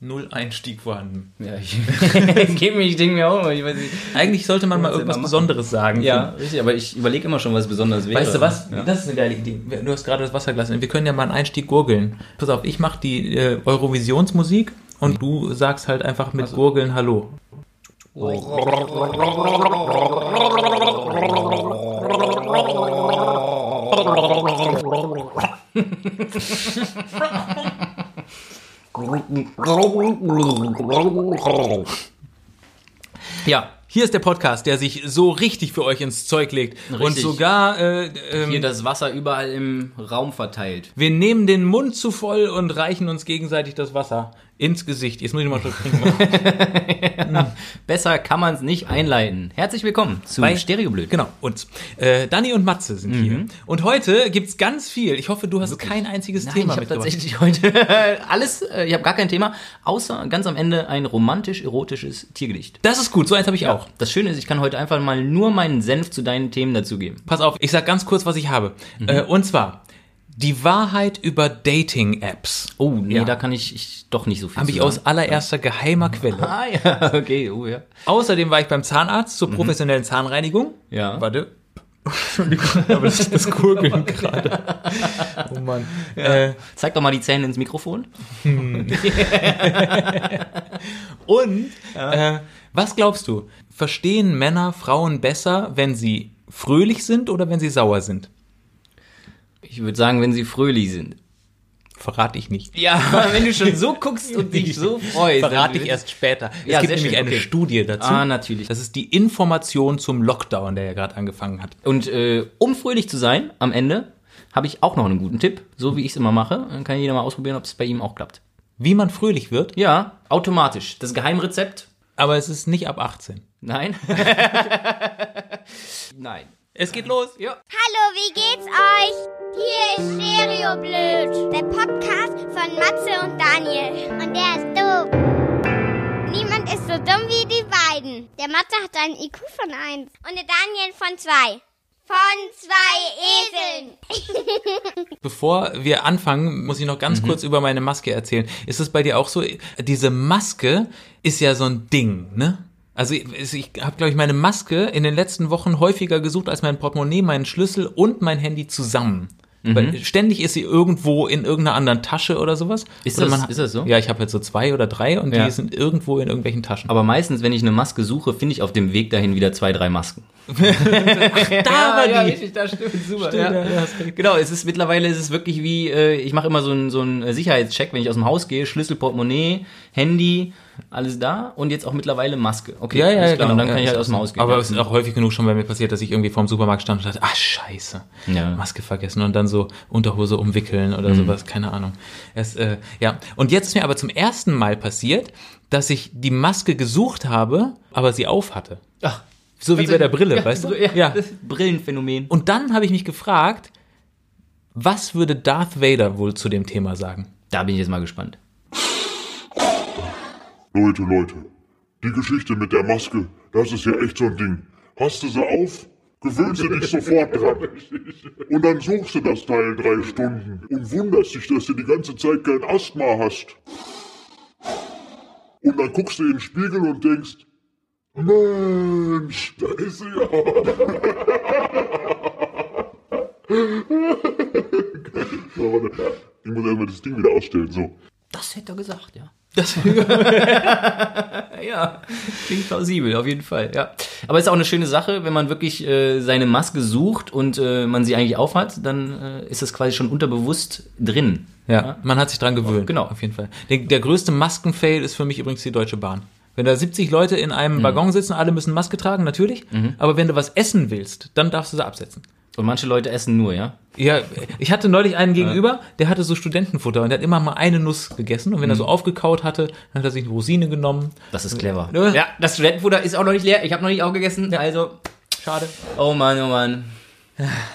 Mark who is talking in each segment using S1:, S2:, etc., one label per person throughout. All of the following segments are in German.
S1: null Einstieg vorhanden.
S2: Ja, ich gebe mir, ich denke mir auch immer, ich weiß nicht.
S1: Eigentlich sollte man mal
S2: Soll man
S1: irgendwas
S2: machen?
S1: Besonderes sagen.
S2: Ja, richtig, aber ich überlege immer schon, was besonders wäre.
S1: Weißt du was?
S2: Ja.
S1: Das ist eine geile Idee. Du hast gerade das Wasserglas. Wir können ja mal einen Einstieg gurgeln. Pass auf, ich mache die äh, Eurovisionsmusik
S2: Mhm.
S1: und du sagst halt einfach mit
S2: Also-
S1: Gurgeln Hallo. Ja, hier ist der Podcast, der sich so richtig für euch ins Zeug legt. Und
S2: Richtig.
S1: sogar, äh,
S2: Hier
S1: ähm,
S2: das Wasser überall im Raum verteilt.
S1: wir nehmen den Mund zu voll und reichen uns gegenseitig das Wasser ins Gesicht. Jetzt muss ich mal Schluck trinken.
S2: Besser kann man es nicht einleiten. Herzlich willkommen zu
S1: Bei-
S2: Stereoblöd.
S1: genau, uns. Äh, Dani und Matze
S2: Mhm.
S1: sind hier. Und heute gibt's ganz viel. Ich hoffe, du hast kein einziges
S2: Nein, ich
S1: Thema
S2: habe
S1: mitgebracht.
S2: tatsächlich heute alles, äh, ich habe gar kein Thema, außer ganz am Ende ein romantisch-erotisches Tiergedicht.
S1: Das ist gut, so eins habe ich auch.
S2: Das Schöne ist, ich kann heute einfach mal nur meinen Senf zu deinen Themen dazugeben.
S1: Pass auf, ich sag ganz kurz, was ich habe. Äh, und zwar die Wahrheit über Dating-Apps.
S2: Oh, nee,
S1: Ja.
S2: da kann ich, ich doch nicht so viel
S1: Habe
S2: zu
S1: ich
S2: sagen.
S1: aus allererster geheimer Quelle.
S2: Ah ja, okay, oh ja.
S1: Außerdem war ich beim Zahnarzt zur professionellen Zahnreinigung.
S2: Ja.
S1: Warte. Entschuldigung, aber das ist das Gurgeln gerade. Oh Mann. Äh,
S2: Zeig doch mal die Zähne ins Mikrofon.
S1: und äh, was glaubst du? Verstehen Männer Frauen besser, wenn sie fröhlich sind oder wenn sie sauer sind?
S2: Ich würde sagen, wenn sie fröhlich sind.
S1: Verrate ich nicht.
S2: Ja, wenn du schon so guckst und dich so freust.
S1: Verrate
S2: dann
S1: ich
S2: wird-
S1: erst später.
S2: Ja,
S1: es gibt
S2: sehr
S1: nämlich
S2: schön,
S1: eine
S2: okay.
S1: Studie dazu.
S2: Ah, natürlich.
S1: Das ist die Information zum Lockdown, der ja gerade angefangen hat.
S2: Und äh, um fröhlich zu sein am Ende, habe ich auch noch einen guten Tipp, so wie ich es immer mache. Dann kann jeder mal ausprobieren, ob es bei ihm auch klappt.
S1: Wie man fröhlich wird,
S2: Ja, automatisch. Das Geheimrezept?
S1: aber es ist nicht ab 18.
S2: Nein. Nein.
S1: Es geht los.
S2: Ja.
S3: Hallo, wie geht's euch? Hier ist Stereoblöd, der Podcast von Matze und Daniel. Und der ist doof. Niemand ist so dumm wie die beiden. Der Matze hat einen IQ von 1 und der Daniel von 2. Von zwei Eseln.
S1: Bevor wir anfangen, muss ich noch
S2: Mhm.
S1: ganz kurz über meine Maske erzählen. Ist es bei dir auch so? Diese Maske ist ja so ein Ding, ne? Also ich, ich habe, glaube ich, meine Maske in den letzten Wochen häufiger gesucht als mein Portemonnaie, meinen Schlüssel und mein Handy zusammen.
S2: Mhm.
S1: Weil ständig ist sie irgendwo in irgendeiner anderen Tasche oder sowas.
S2: Ist
S1: oder
S2: das- ist das so?
S1: Ja, ich habe jetzt so zwei oder drei und
S2: Ja.
S1: die sind irgendwo in irgendwelchen Taschen.
S2: Aber meistens, wenn ich eine Maske suche, finde ich auf dem Weg dahin wieder zwei, drei Masken.
S1: da war die.
S2: das stimmt, super.
S1: Stimmt, ja, ja,
S2: Genau, es ist mittlerweile ist es wirklich wie, äh, ich mache immer so einen so einen äh, Sicherheitscheck, wenn ich aus dem Haus gehe, Schlüssel, Portemonnaie, Handy, alles da und jetzt auch mittlerweile Maske. Okay,
S1: Ja,
S2: alles
S1: ja,
S2: klar,
S1: genau.
S2: und dann kann
S1: Ja,
S2: ich halt
S1: ist
S2: aus dem
S1: auch so.
S2: Haus gehen.
S1: Aber
S2: ja.
S1: es ist auch häufig genug schon bei mir passiert, dass ich irgendwie vorm Supermarkt stand und dachte, ah, scheiße,
S2: Ja. Mhm.
S1: Maske vergessen und dann so Unterhose umwickeln oder sowas, keine Ahnung. Es, äh, ja. Und jetzt ist mir aber zum ersten Mal passiert, dass ich die Maske gesucht habe, aber sie auf hatte.
S2: Ach,
S1: So wie bei der Brille, weißt du?
S2: Ja, das Brillenphänomen.
S1: Und dann habe ich mich gefragt, was würde Darth Vader wohl zu dem Thema sagen?
S2: Da bin ich jetzt mal gespannt.
S4: Leute, Leute, die Geschichte mit der Maske, das ist ja echt so ein Ding. Hast du sie auf, gewöhnst du dich sofort dran. Und dann suchst du das Teil drei Stunden und wunderst dich, dass du die ganze Zeit kein Asthma hast. Und dann guckst du in den Spiegel und denkst, Mensch, da ist sie ja. So, warte, ich muss erstmal das Ding wieder ausstellen, so.
S2: Das hätte er gesagt, ja. Das ja, klingt plausibel, auf jeden Fall, ja. Aber ist auch eine schöne Sache, wenn man wirklich äh, seine Maske sucht und äh, man sie eigentlich aufhat, dann äh, ist das quasi schon unterbewusst drin.
S1: Ja, man hat sich dran gewöhnt.
S2: Genau.
S1: Auf jeden Fall. Der, der größte Maskenfail ist für mich übrigens die Deutsche Bahn. Wenn da 70 Leute in einem Waggon sitzen, alle müssen Maske tragen, natürlich. Aber wenn du was essen willst, dann darfst du sie absetzen.
S2: Und manche Leute essen nur, ja.
S1: Ja, ich hatte neulich einen gegenüber, der hatte so Studentenfutter und der hat immer mal eine Nuss gegessen. Und wenn er so aufgekaut hatte, dann hat er sich eine Rosine genommen.
S2: Das ist clever.
S1: Ja.
S2: Ja, das Studentenfutter ist auch noch nicht leer. Ich habe noch nicht auch gegessen, also.
S1: Schade.
S2: Oh Mann, oh Mann.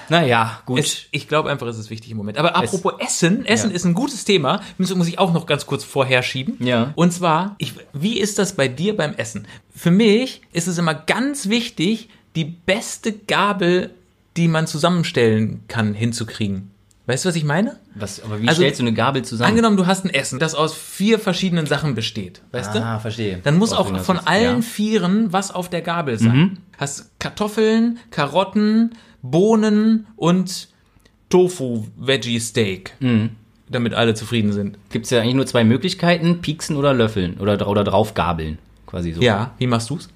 S2: Naja, gut.
S1: Es, ich glaube einfach, es ist wichtig im Moment. Aber apropos Essen, Essen ist ein gutes Thema. Das muss ich auch noch ganz kurz vorher schieben.
S2: Ja.
S1: Und zwar, ich, wie ist das bei dir beim Essen? Für mich ist es immer ganz wichtig, die beste Gabel, die man zusammenstellen kann, hinzukriegen. Weißt du, was ich meine?
S2: Was, aber wie
S1: Also-
S2: stellst du eine Gabel zusammen?
S1: Angenommen, du hast ein Essen, das aus vier verschiedenen Sachen besteht. Weißt du?
S2: Ah, verstehe.
S1: Dann muss
S2: Worauf
S1: auch
S2: du hinaus
S1: von
S2: willst.
S1: allen
S2: Ja. Mhm.
S1: Vieren was auf der Gabel sein. Hast Kartoffeln, Karotten, Bohnen und Tofu-Veggie-Steak.
S2: Mhm.
S1: Damit alle zufrieden sind.
S2: Gibt es ja eigentlich nur zwei Möglichkeiten, pieksen oder löffeln oder, dra- oder draufgabeln, quasi so.
S1: Ja, wie machst du's?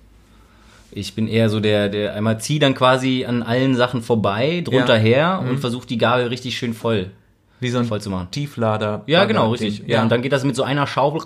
S2: Ich bin eher so der, der einmal zieh dann quasi an allen Sachen vorbei, drunter
S1: Ja. Mhm.
S2: her und versuch die Gabel richtig schön voll.
S1: Wie so ein
S2: Voll zu machen.
S1: Tieflader.
S2: Ja, genau,
S1: Ding.
S2: richtig. Ja.
S1: Ja,
S2: und dann geht das mit so einer Schaufel.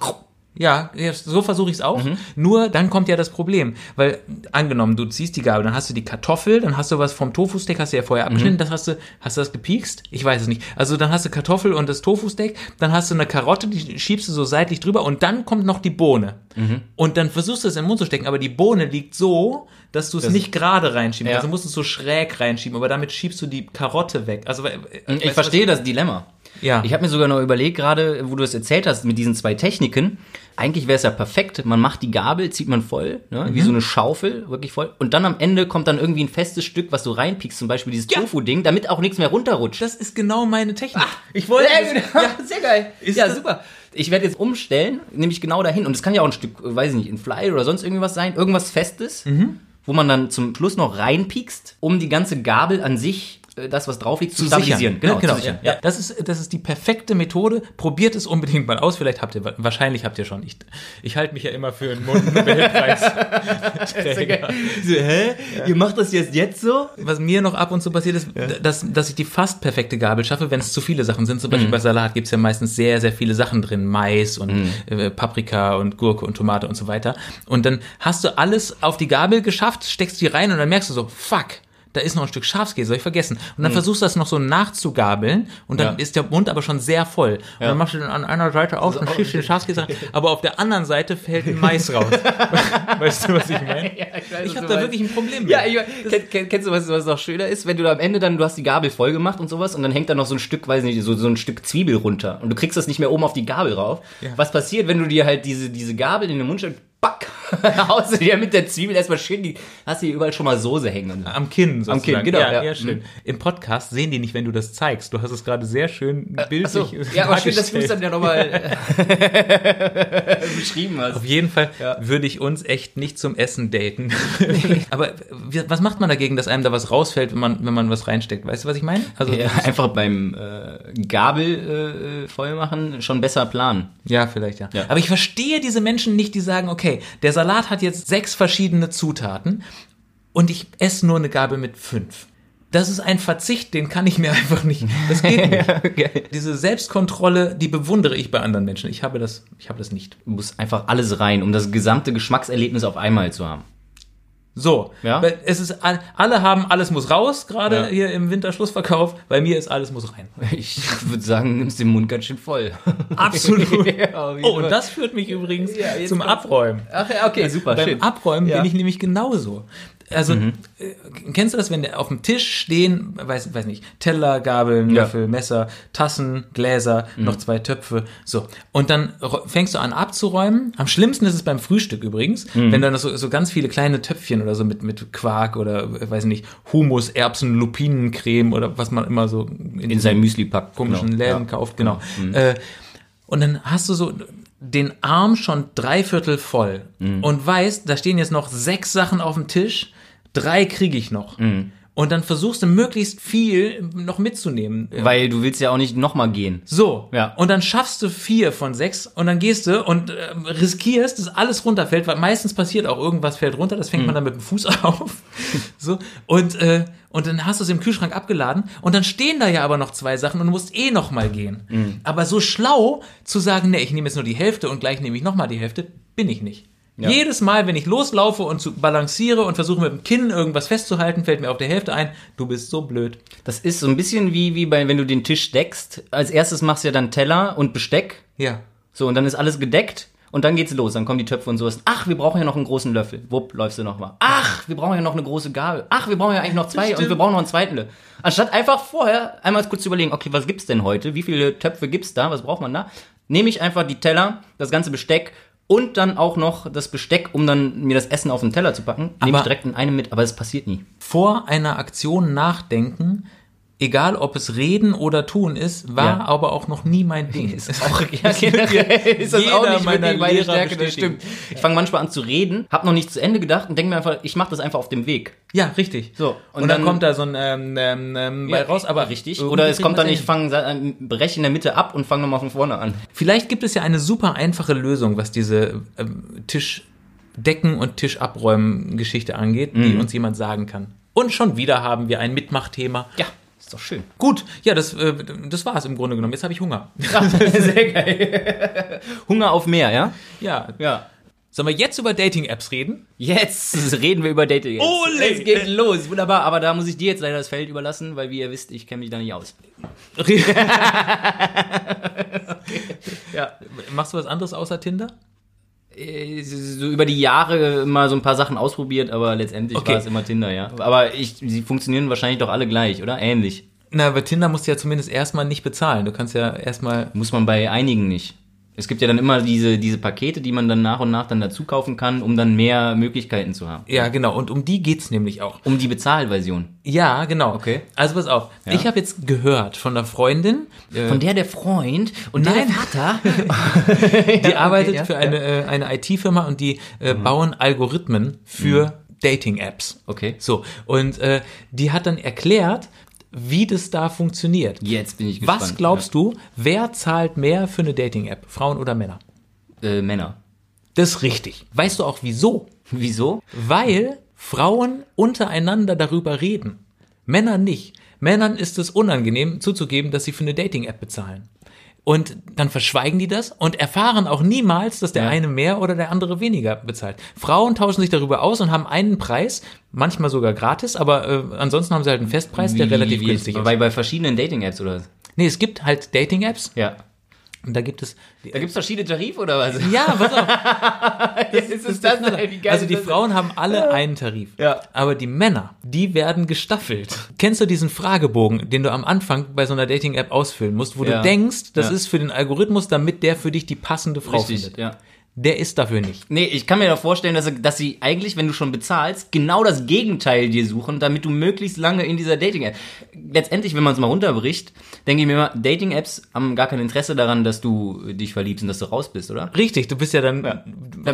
S1: ja, ja, so versuche ich's auch.
S2: Mhm.
S1: Nur dann kommt ja das Problem. Weil, angenommen, du ziehst die Gabel, dann hast du die Kartoffel, dann hast du was vom Tofu-Steak, hast du ja vorher
S2: Mhm.
S1: abgeschnitten, das hast du, hast du das gepiekst? Ich weiß es nicht. Also dann hast du Kartoffel und das Tofu-Steak, dann hast du eine Karotte, die schiebst du so seitlich drüber und dann kommt noch die Bohne.
S2: Mhm.
S1: Und dann versuchst du es in den Mund zu stecken, aber die Bohne liegt so, dass du es nicht gerade reinschieben
S2: Ja.
S1: kannst. Du musst es so schräg reinschieben, aber damit schiebst du die Karotte weg. Also, we- weißt du,
S2: Ich
S1: was-
S2: verstehe das Dilemma.
S1: Ja.
S2: Ich habe mir sogar noch überlegt, gerade wo du das erzählt hast, mit diesen zwei Techniken, eigentlich wäre es ja perfekt, man macht die Gabel, zieht man voll, ne?
S1: Mhm.
S2: wie so eine Schaufel, wirklich voll, und dann am Ende kommt dann irgendwie ein festes Stück, was du reinpiekst, zum Beispiel dieses
S1: Ja.
S2: Tofu-Ding, damit auch nichts mehr runterrutscht.
S1: Das ist genau meine Technik. ich
S2: Sehr, gut. Ja, sehr geil.
S1: Ist
S2: ja,
S1: das-
S2: super. Ich werde jetzt umstellen, nämlich genau dahin. Und es kann ja auch ein Stück, äh, weiß ich nicht, ein Fly oder sonst irgendwas sein. Irgendwas Festes,
S1: Mhm.
S2: wo man dann zum Schluss noch reinpiekst, um die ganze Gabel an sich, äh, das, was drauf liegt, zu, stabilisieren.
S1: Genau, genau.
S2: zu sichern.
S1: Ja.
S2: Ja.
S1: Das, ist, das ist die perfekte Methode. Probiert es unbedingt mal aus. Vielleicht habt ihr, wahrscheinlich habt ihr schon. Ich, ich halte mich ja immer für einen Mund-Nobelpreis. genau.
S2: So, hä? Ihr macht das jetzt jetzt so?
S1: Was mir noch ab und zu passiert ist, dass, dass ich die fast perfekte Gabel schaffe, wenn es zu viele Sachen sind. Zum
S2: Mhm.
S1: Beispiel bei Salat gibt es ja meistens sehr, sehr viele Sachen drin. Mais und äh, Paprika und Gurke und Tomate und so weiter. Und dann hast du alles auf die Gabel geschafft, steckst die rein und dann merkst du so, fuck. Da ist noch ein Stück Schafskäse, soll ich vergessen. Und dann versuchst du das noch so nachzugabeln und dann
S2: Mhm. Ja.
S1: ist der Mund aber schon sehr voll. Und dann machst du den an einer Seite auf und
S2: auch-
S1: schiebst den Schafskäse rein, aber auf der anderen Seite fällt ein Mais raus. weißt du, was ich meine? Ich habe da wirklich ein Problem mit.
S2: Ja, ich, kenn, kenn, kennst du, was, was noch schöner ist? Wenn du da am Ende dann, du hast die Gabel voll gemacht und sowas und dann hängt da noch so ein Stück, weiß nicht, so, so ein Stück Zwiebel runter und du kriegst das nicht mehr oben auf die Gabel rauf. Was passiert, wenn du dir halt diese, diese Gabel in den Mund steckst, back, haust du dir mit der Zwiebel erstmal schön die, hast dir überall schon mal Soße hängen. Und so.
S1: Am Kinn sozusagen.
S2: Kinn, genau,
S1: Ja,
S2: ja.
S1: ja, schön. Im Podcast sehen die nicht, wenn du das zeigst. Du hast es gerade sehr schön bildlich
S2: Achso, ja, aber schön, dass du es
S1: dargestellt.
S2: dann ja nochmal beschrieben hast.
S1: Auf jeden Fall
S2: Ja.
S1: würde ich uns echt nicht zum Essen daten. aber wie- was macht man dagegen, dass einem da was rausfällt, wenn man, wenn man was reinsteckt? Weißt du, was ich meine? Also,
S2: Ja, einfach beim äh, Gabel äh, voll machen schon besser planen.
S1: Ja, vielleicht ja.
S2: Ja.
S1: Aber ich verstehe diese Menschen nicht, die sagen, okay, der Salat hat jetzt sechs verschiedene Zutaten und ich esse nur eine Gabel mit fünf. Das ist ein Verzicht, den kann ich mir einfach nicht. Das geht nicht. Diese Selbstkontrolle, die bewundere ich bei anderen Menschen. Ich habe das, ich habe das nicht.
S2: muss einfach alles rein, um das gesamte Geschmackserlebnis auf einmal zu haben.
S1: So,
S2: Ja.
S1: weil es ist all- alle haben alles muss raus, gerade
S2: Ja.
S1: hier im Winterschlussverkauf. Bei mir ist alles muss rein.
S2: Ich würde sagen, nimmst den Mund ganz schön voll.
S1: Absolut.
S2: Ja, auf jeden
S1: oh, und
S2: Fall.
S1: das führt mich übrigens
S2: Ja, jetzt
S1: zum
S2: kommt's.
S1: Abräumen.
S2: Ach ja, okay, super,
S1: Beim
S2: schön.
S1: Abräumen
S2: Ja. Mhm.
S1: bin ich nämlich genauso. Also, äh, kennst du das, wenn der auf dem Tisch stehen, weiß, weiß nicht, Teller, Gabeln,
S2: Ja. Mhm.
S1: Löffel, Messer, Tassen, Gläser, noch zwei Töpfe, so. Und dann ro- fängst du an abzuräumen. Am schlimmsten ist es beim Frühstück übrigens,
S2: Mhm.
S1: wenn dann so, so ganz viele kleine Töpfchen oder so mit, mit Quark oder, äh, weiß nicht, Humus, Erbsen, Lupinencreme oder was man immer so in,
S2: In sein genau, Müsli packt.
S1: komischen Läden kauft, genau. Äh, und dann hast du so den Arm schon dreiviertel voll und weißt, da stehen jetzt noch sechs Sachen auf dem Tisch, drei kriege ich noch. Und dann versuchst du möglichst viel noch mitzunehmen.
S2: Weil du willst ja auch nicht nochmal gehen.
S1: So,
S2: Ja.
S1: und dann schaffst du vier von sechs und dann gehst du und äh, riskierst, dass alles runterfällt, weil meistens passiert auch irgendwas fällt runter, das fängt man dann mit dem Fuß auf. so, und, äh, und dann hast du es im Kühlschrank abgeladen und dann stehen da ja aber noch zwei Sachen und du musst eh nochmal gehen. Aber so schlau zu sagen, nee, ich nehme jetzt nur die Hälfte und gleich nehme ich nochmal die Hälfte, bin ich nicht. Jedes Mal, wenn ich loslaufe und zu balanciere und versuche mit dem Kinn irgendwas festzuhalten, fällt mir auf der Hälfte ein, du bist so blöd.
S2: Das ist so ein bisschen wie, wie bei, wenn du den Tisch deckst. Als erstes machst du ja dann Teller und Besteck.
S1: Ja.
S2: So, und dann ist alles gedeckt. Und dann geht's los, dann kommen die Töpfe und sowas. Ach, wir brauchen ja noch einen großen Löffel. Wupp, läufst du nochmal. Ach, wir brauchen ja noch eine große Gabel. Ach, wir brauchen ja eigentlich noch zwei und wir brauchen noch einen zweiten Löffel. Anstatt einfach vorher einmal kurz zu überlegen, okay, was gibt's denn heute? Wie viele Töpfe gibt's da? Was braucht man da? Nehme ich einfach die Teller, das ganze Besteck und dann auch noch das Besteck, um dann mir das Essen auf den Teller zu packen. Nehme ich
S1: Aber-
S2: direkt in einem mit, aber es passiert nie.
S1: vor einer Aktion nachdenken egal ob es Reden oder Tun ist, war
S2: Ja.
S1: aber auch noch nie mein Ding. Ist
S2: Auch, ja, generell ist das
S1: genau. Jeder
S2: auch nicht
S1: meiner
S2: wirklich meine
S1: Lehrer
S2: Stärke, das
S1: bestätigen.
S2: stimmt. Ich fange manchmal an zu reden, hab noch nicht zu Ende gedacht und denke mir einfach, ich mache das einfach auf dem Weg.
S1: ja, richtig.
S2: So,
S1: und,
S2: und
S1: dann,
S2: dann-
S1: kommt da so ein ähm, ähm, ähm, bei raus, aber
S2: richtig.
S1: irgendwie
S2: Oder es
S1: kriegt
S2: kommt dann,
S1: man's
S2: ich
S1: hin.
S2: fange, ähm, brech in der Mitte ab und fange nochmal von vorne an.
S1: Vielleicht gibt es ja eine super einfache Lösung, was diese ähm, Tischdecken und Tischabräumen-Geschichte angeht, die
S2: Mhm.
S1: uns jemand sagen kann. Und schon wieder haben wir ein Mitmachthema.
S2: Ja, ist doch schön.
S1: Gut, ja, das, äh, das war es im Grunde genommen. Jetzt habe ich Hunger.
S2: Sehr geil. Hunger auf mehr, ja?
S1: Ja.
S2: Ja.
S1: Sollen wir jetzt über Dating-Apps reden?
S2: Jetzt reden wir über Dating. Apps.
S1: Ole!
S2: Es geht los. Wunderbar, aber da muss ich dir jetzt leider das Feld überlassen, weil wie ihr wisst, ich kenne mich da nicht aus. Ja.
S1: Machst du was anderes außer Tinder?
S2: Äh, So über die Jahre mal so ein paar Sachen ausprobiert, aber letztendlich
S1: Okay.
S2: war es immer Tinder, ja. Aber ich, sie funktionieren wahrscheinlich doch alle gleich, oder? Ähnlich.
S1: Na, bei Tinder musst du ja zumindest erstmal nicht bezahlen. Du kannst ja erstmal.
S2: Muss man bei einigen nicht. Es gibt ja dann immer diese, diese Pakete, die man dann nach und nach dann dazu kaufen kann, um dann mehr Möglichkeiten zu haben.
S1: Ja, genau. Und um die geht's nämlich auch.
S2: Um die Bezahlversion.
S1: Ja, genau.
S2: Okay.
S1: Also pass auf.
S2: Ja.
S1: Ich habe jetzt gehört von einer Freundin, äh,
S2: Von der der Freund und der
S1: Nein.
S2: der Vater.
S1: die arbeitet
S2: ja, Mhm.
S1: für eine, äh, eine IT-Firma und die äh, bauen Algorithmen für Dating-Apps.
S2: Okay.
S1: So. Und äh, die hat dann erklärt, wie das da funktioniert.
S2: Jetzt bin ich gespannt.
S1: Was glaubst du, wer zahlt mehr für eine Dating-App? Frauen oder Männer?
S2: du? Äh, Männer.
S1: Das ist richtig. Weißt du auch wieso?
S2: Wieso?
S1: Weil Frauen untereinander darüber reden. Männer nicht. Männern ist es unangenehm zuzugeben, dass sie für eine Dating-App bezahlen. Und dann verschweigen die das und erfahren auch niemals, dass der
S2: Ja.
S1: eine mehr oder der andere weniger bezahlt. Frauen tauschen sich darüber aus und haben einen Preis, manchmal sogar gratis, aber äh, ansonsten haben sie halt einen Festpreis, der relativ
S2: jetzt
S1: günstig ist.
S2: Bei, bei verschiedenen Dating-Apps oder was?
S1: Nee, es gibt halt Dating-Apps
S2: Ja.
S1: und da gibt es
S2: Da gibt's verschiedene Tarife oder was?
S1: ja, was auch.
S2: Das, ist das, ey, wie geil
S1: Also
S2: ist
S1: die
S2: das?
S1: Frauen haben alle einen Tarif.
S2: Ja.
S1: Aber die Männer, die werden gestaffelt. Kennst du diesen Fragebogen, den du am Anfang bei so einer Dating-App ausfüllen musst, wo
S2: Ja.
S1: du denkst, das
S2: Ja.
S1: ist für den Algorithmus, damit der für dich die passende Frau
S2: Richtig,
S1: findet?
S2: ja.
S1: Der ist dafür nicht.
S2: Nee, ich kann mir doch vorstellen, dass, dass sie eigentlich, wenn du schon bezahlst, genau das Gegenteil dir suchen, damit du möglichst lange in dieser Dating-App. Letztendlich, wenn man es mal runterbricht, denke ich mir mal, Dating-Apps haben gar kein Interesse daran, dass du äh, dich verliebst und dass du raus bist, oder?
S1: Richtig, du bist ja dann
S2: Dann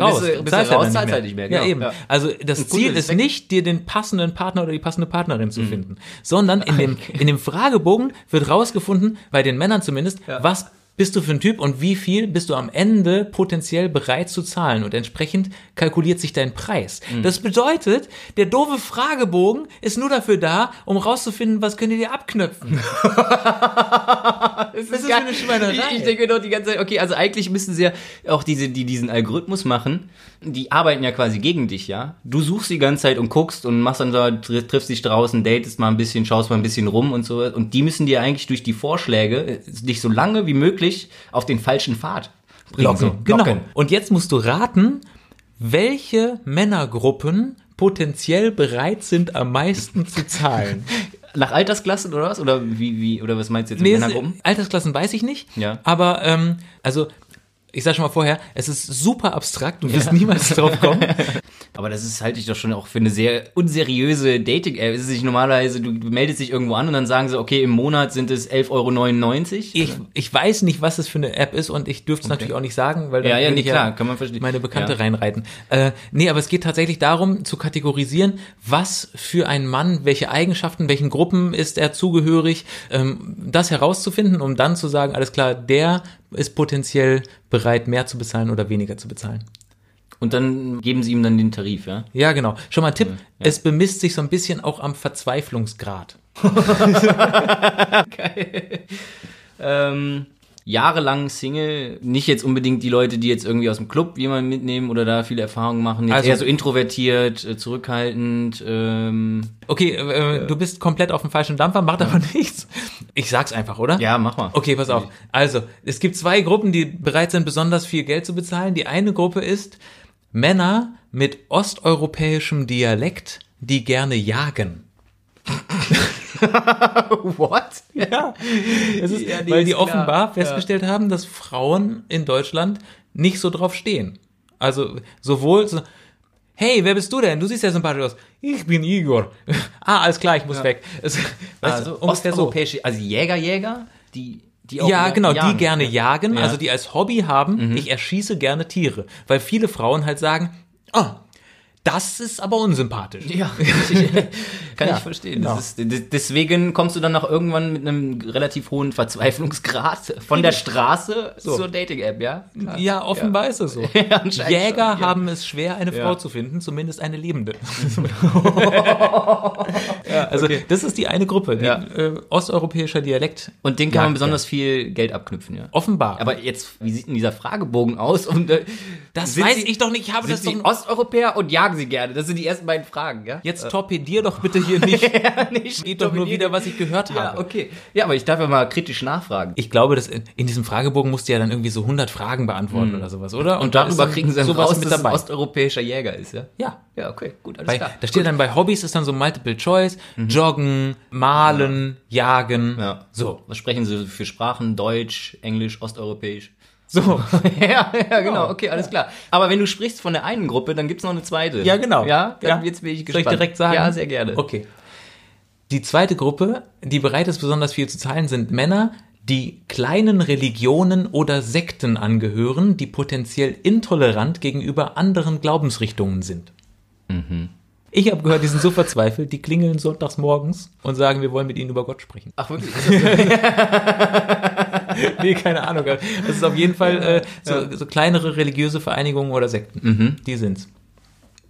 S1: raus.
S2: bist du- bist du
S1: zahlst
S2: raus,
S1: dann
S2: zahlst halt nicht mehr,
S1: Ja,
S2: genau.
S1: eben.
S2: Ja.
S1: Also das
S2: Und gut,
S1: Ziel
S2: das ist
S1: ist
S2: weg.
S1: nicht, dir den passenden Partner oder die passende Partnerin
S2: Mhm.
S1: zu finden, sondern in dem, in dem Fragebogen wird rausgefunden, bei den Männern zumindest, was bist du für ein Typ und wie viel bist du am Ende potenziell bereit zu zahlen und entsprechend kalkuliert sich dein Preis.
S2: Mhm.
S1: Das bedeutet, der doofe Fragebogen ist nur dafür da, um rauszufinden, was könnt ihr dir abknöpfen.
S2: Das
S1: ist für eine Schweinerei.
S2: Ich, ich denke mir doch die ganze Zeit, okay, also eigentlich müssen sie ja auch diese, die diesen Algorithmus machen, die arbeiten ja quasi gegen dich, ja. Du suchst die ganze Zeit und guckst und machst dann so, tr- triffst dich draußen, datest mal ein bisschen, schaust mal ein bisschen rum und so. Und die müssen dir eigentlich durch die Vorschläge äh, dich so lange wie möglich auf den falschen Pfad bringen. So,
S1: genau. Und jetzt musst du raten, welche Männergruppen potenziell bereit sind, am meisten zu zahlen.
S2: Nach Altersklassen oder was? Oder wie, wie, oder was meinst du jetzt
S1: Nee,
S2: mit
S1: es-
S2: Männergruppen?
S1: Altersklassen weiß ich nicht.
S2: Ja.
S1: Aber, ähm, also, ich sag schon mal vorher, es ist super abstrakt, du wirst niemals drauf kommen.
S2: Aber das ist, halte ich doch schon auch für eine sehr unseriöse Dating-App. Es ist nicht normalerweise, du meldest dich irgendwo an und dann sagen sie, okay, im Monat sind es 11,99 Euro.
S1: Ich, ich weiß nicht, was das für eine App ist und ich dürfte es natürlich auch nicht sagen, weil dann
S2: Ja, ja,
S1: würde
S2: nee,
S1: ich
S2: klar, kann man verstehen.
S1: meine Bekannte
S2: Ja.
S1: reinreiten. Äh, nee, aber es geht tatsächlich darum, zu kategorisieren, was für ein Mann, welche Eigenschaften, welchen Gruppen ist er zugehörig, ähm, das herauszufinden, um dann zu sagen, alles klar, der ist potenziell bereit, mehr zu bezahlen oder weniger zu bezahlen.
S2: Und dann geben sie ihm dann den Tarif, ja?
S1: Ja, genau. Schon mal ein Tipp, es bemisst sich so ein bisschen auch am Verzweiflungsgrad.
S2: Ähm, jahrelang Single, nicht jetzt unbedingt die Leute, die jetzt irgendwie aus dem Club jemanden mitnehmen oder da viele Erfahrungen machen, jetzt
S1: Also-
S2: eher so introvertiert, äh, zurückhaltend, ähm,
S1: Okay, äh, du bist komplett auf dem falschen Dampfer, macht aber nichts. Ich sag's einfach, oder?
S2: ja, mach mal.
S1: Okay, pass auf. Also, es gibt zwei Gruppen, die bereit sind, besonders viel Geld zu bezahlen. Die eine Gruppe ist Männer mit osteuropäischem Dialekt, die gerne jagen.
S2: What?
S1: Ja, es ist,
S2: Ja, nee,
S1: weil
S2: ist
S1: die
S2: klar.
S1: offenbar
S2: Ja.
S1: festgestellt haben, dass Frauen in Deutschland nicht so drauf stehen. Also sowohl so, hey, wer bist du denn? Du siehst ja sympathisch aus. Ich bin Igor. ah, alles klar, ich muss weg. Es, weißt du,
S2: Also
S1: ungefähr so.
S2: osteuropäische, also Jäger, Jäger, die, die
S1: Ja,
S2: jagen-
S1: genau, die
S2: jagen.
S1: gerne jagen,
S2: Ja. Mhm.
S1: also die als Hobby haben, ich erschieße gerne Tiere, weil viele Frauen halt sagen, ah, das ist aber unsympathisch.
S2: Ja, richtig. kann
S1: Ja,
S2: ich verstehen.
S1: genau.
S2: Das ist, d- deswegen kommst du dann noch irgendwann mit einem relativ hohen Verzweiflungsgrad von der Straße zur Dating-App, ja? Klar.
S1: Ja, offenbar ist es so.
S2: anscheinend
S1: Jäger
S2: schon, ja.
S1: haben es schwer, eine
S2: Ja.
S1: Frau zu finden, zumindest eine lebende. also das ist die eine Gruppe, die,
S2: Ja.
S1: äh, osteuropäischer Dialekt.
S2: Und den kann
S1: Jagd,
S2: man besonders viel Geld abknüpfen, ja.
S1: Offenbar.
S2: Aber jetzt, wie sieht denn dieser Fragebogen aus? Und, äh,
S1: das
S2: sind
S1: weiß
S2: Sie-
S1: ich doch nicht. Ich habe
S2: Sind
S1: das
S2: sie
S1: doch.
S2: Osteuropäer und jagen sie gerne? Das sind die ersten beiden Fragen, ja?
S1: Jetzt torpedier doch bitte hier nicht.
S2: nicht.
S1: Geht doch nur wieder, was ich gehört
S2: Ja,
S1: habe.
S2: okay. Ja, aber ich darf ja mal kritisch nachfragen.
S1: Ich glaube, dass in, in diesem Fragebogen musst du ja dann irgendwie so 100 Fragen beantworten oder sowas, oder?
S2: Und Hm. darüber kriegen sie dann
S1: also sowas
S2: raus,
S1: mit
S2: dass es ein
S1: dabei.
S2: osteuropäischer Jäger ist, ja?
S1: ja.
S2: Ja, okay, gut, alles
S1: Bei,
S2: klar.
S1: da steht dann bei Hobbys ist dann so Multiple Choice, Joggen, Malen, Jagen.
S2: Ja.
S1: So.
S2: Was sprechen Sie für Sprachen? Deutsch, Englisch, Osteuropäisch?
S1: So.
S2: ja, ja, genau. Okay, alles klar. Aber wenn du sprichst von der einen Gruppe, dann gibt's noch eine zweite.
S1: Ja, genau.
S2: Ja, dann
S1: Ja.
S2: jetzt bin ich
S1: Soll
S2: gespannt.
S1: ich direkt sagen?
S2: Ja, sehr gerne.
S1: Okay. Die zweite Gruppe, die bereit ist, besonders viel zu zahlen, sind Männer, die kleinen Religionen oder Sekten angehören, die potenziell intolerant gegenüber anderen Glaubensrichtungen sind.
S2: Mhm.
S1: Ich habe gehört, die sind so verzweifelt, die klingeln sonntags morgens und sagen, wir wollen mit ihnen über Gott sprechen.
S2: Ach, wirklich?
S1: Nee, keine Ahnung. Das ist auf jeden Fall äh, so, so kleinere religiöse Vereinigungen oder Sekten.
S2: Mhm.
S1: Die sind's.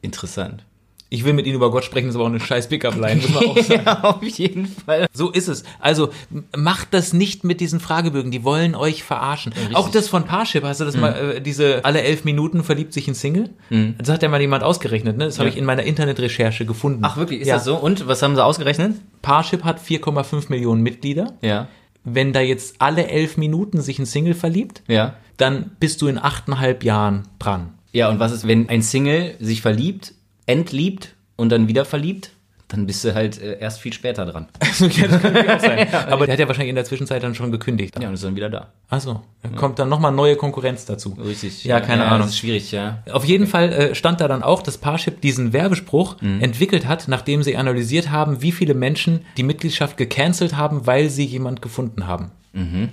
S2: Interessant.
S1: Ich will mit ihnen über Gott sprechen, ist aber auch eine scheiß Pickup-Line, muss man auch sagen.
S2: Ja, auf jeden Fall.
S1: So ist es. Also m- macht das nicht mit diesen Fragebögen. Die wollen euch verarschen. Auch das von Parship, hast du
S2: Mhm.
S1: das mal, äh, diese alle elf Minuten verliebt sich ein Single? Das hat ja mal jemand ausgerechnet, ne? Das habe ich in meiner Internetrecherche gefunden.
S2: Ach, wirklich? Ist
S1: ja.
S2: das so? Und was haben sie ausgerechnet?
S1: Parship hat 4,5 Millionen Mitglieder.
S2: Ja.
S1: Wenn da jetzt alle elf Minuten sich ein Single verliebt,
S2: Ja.
S1: dann bist du in achteinhalb Jahren dran.
S2: Ja, und was ist, wenn ein Single sich verliebt, entliebt und dann wieder verliebt? Dann bist du halt äh, erst viel später dran.
S1: ja, das kann natürlich auch sein. Aber der hat ja wahrscheinlich in der Zwischenzeit dann schon gekündigt.
S2: Ja, und ist dann wieder da.
S1: Achso, dann kommt dann nochmal neue Konkurrenz dazu.
S2: Richtig.
S1: Ja, keine Ahnung.
S2: Das ist schwierig, ja.
S1: Auf jeden Fall äh, stand da dann auch, dass Parship diesen Werbespruch entwickelt hat, nachdem sie analysiert haben, wie viele Menschen die Mitgliedschaft gecancelt haben, weil sie jemand gefunden haben. Mhm.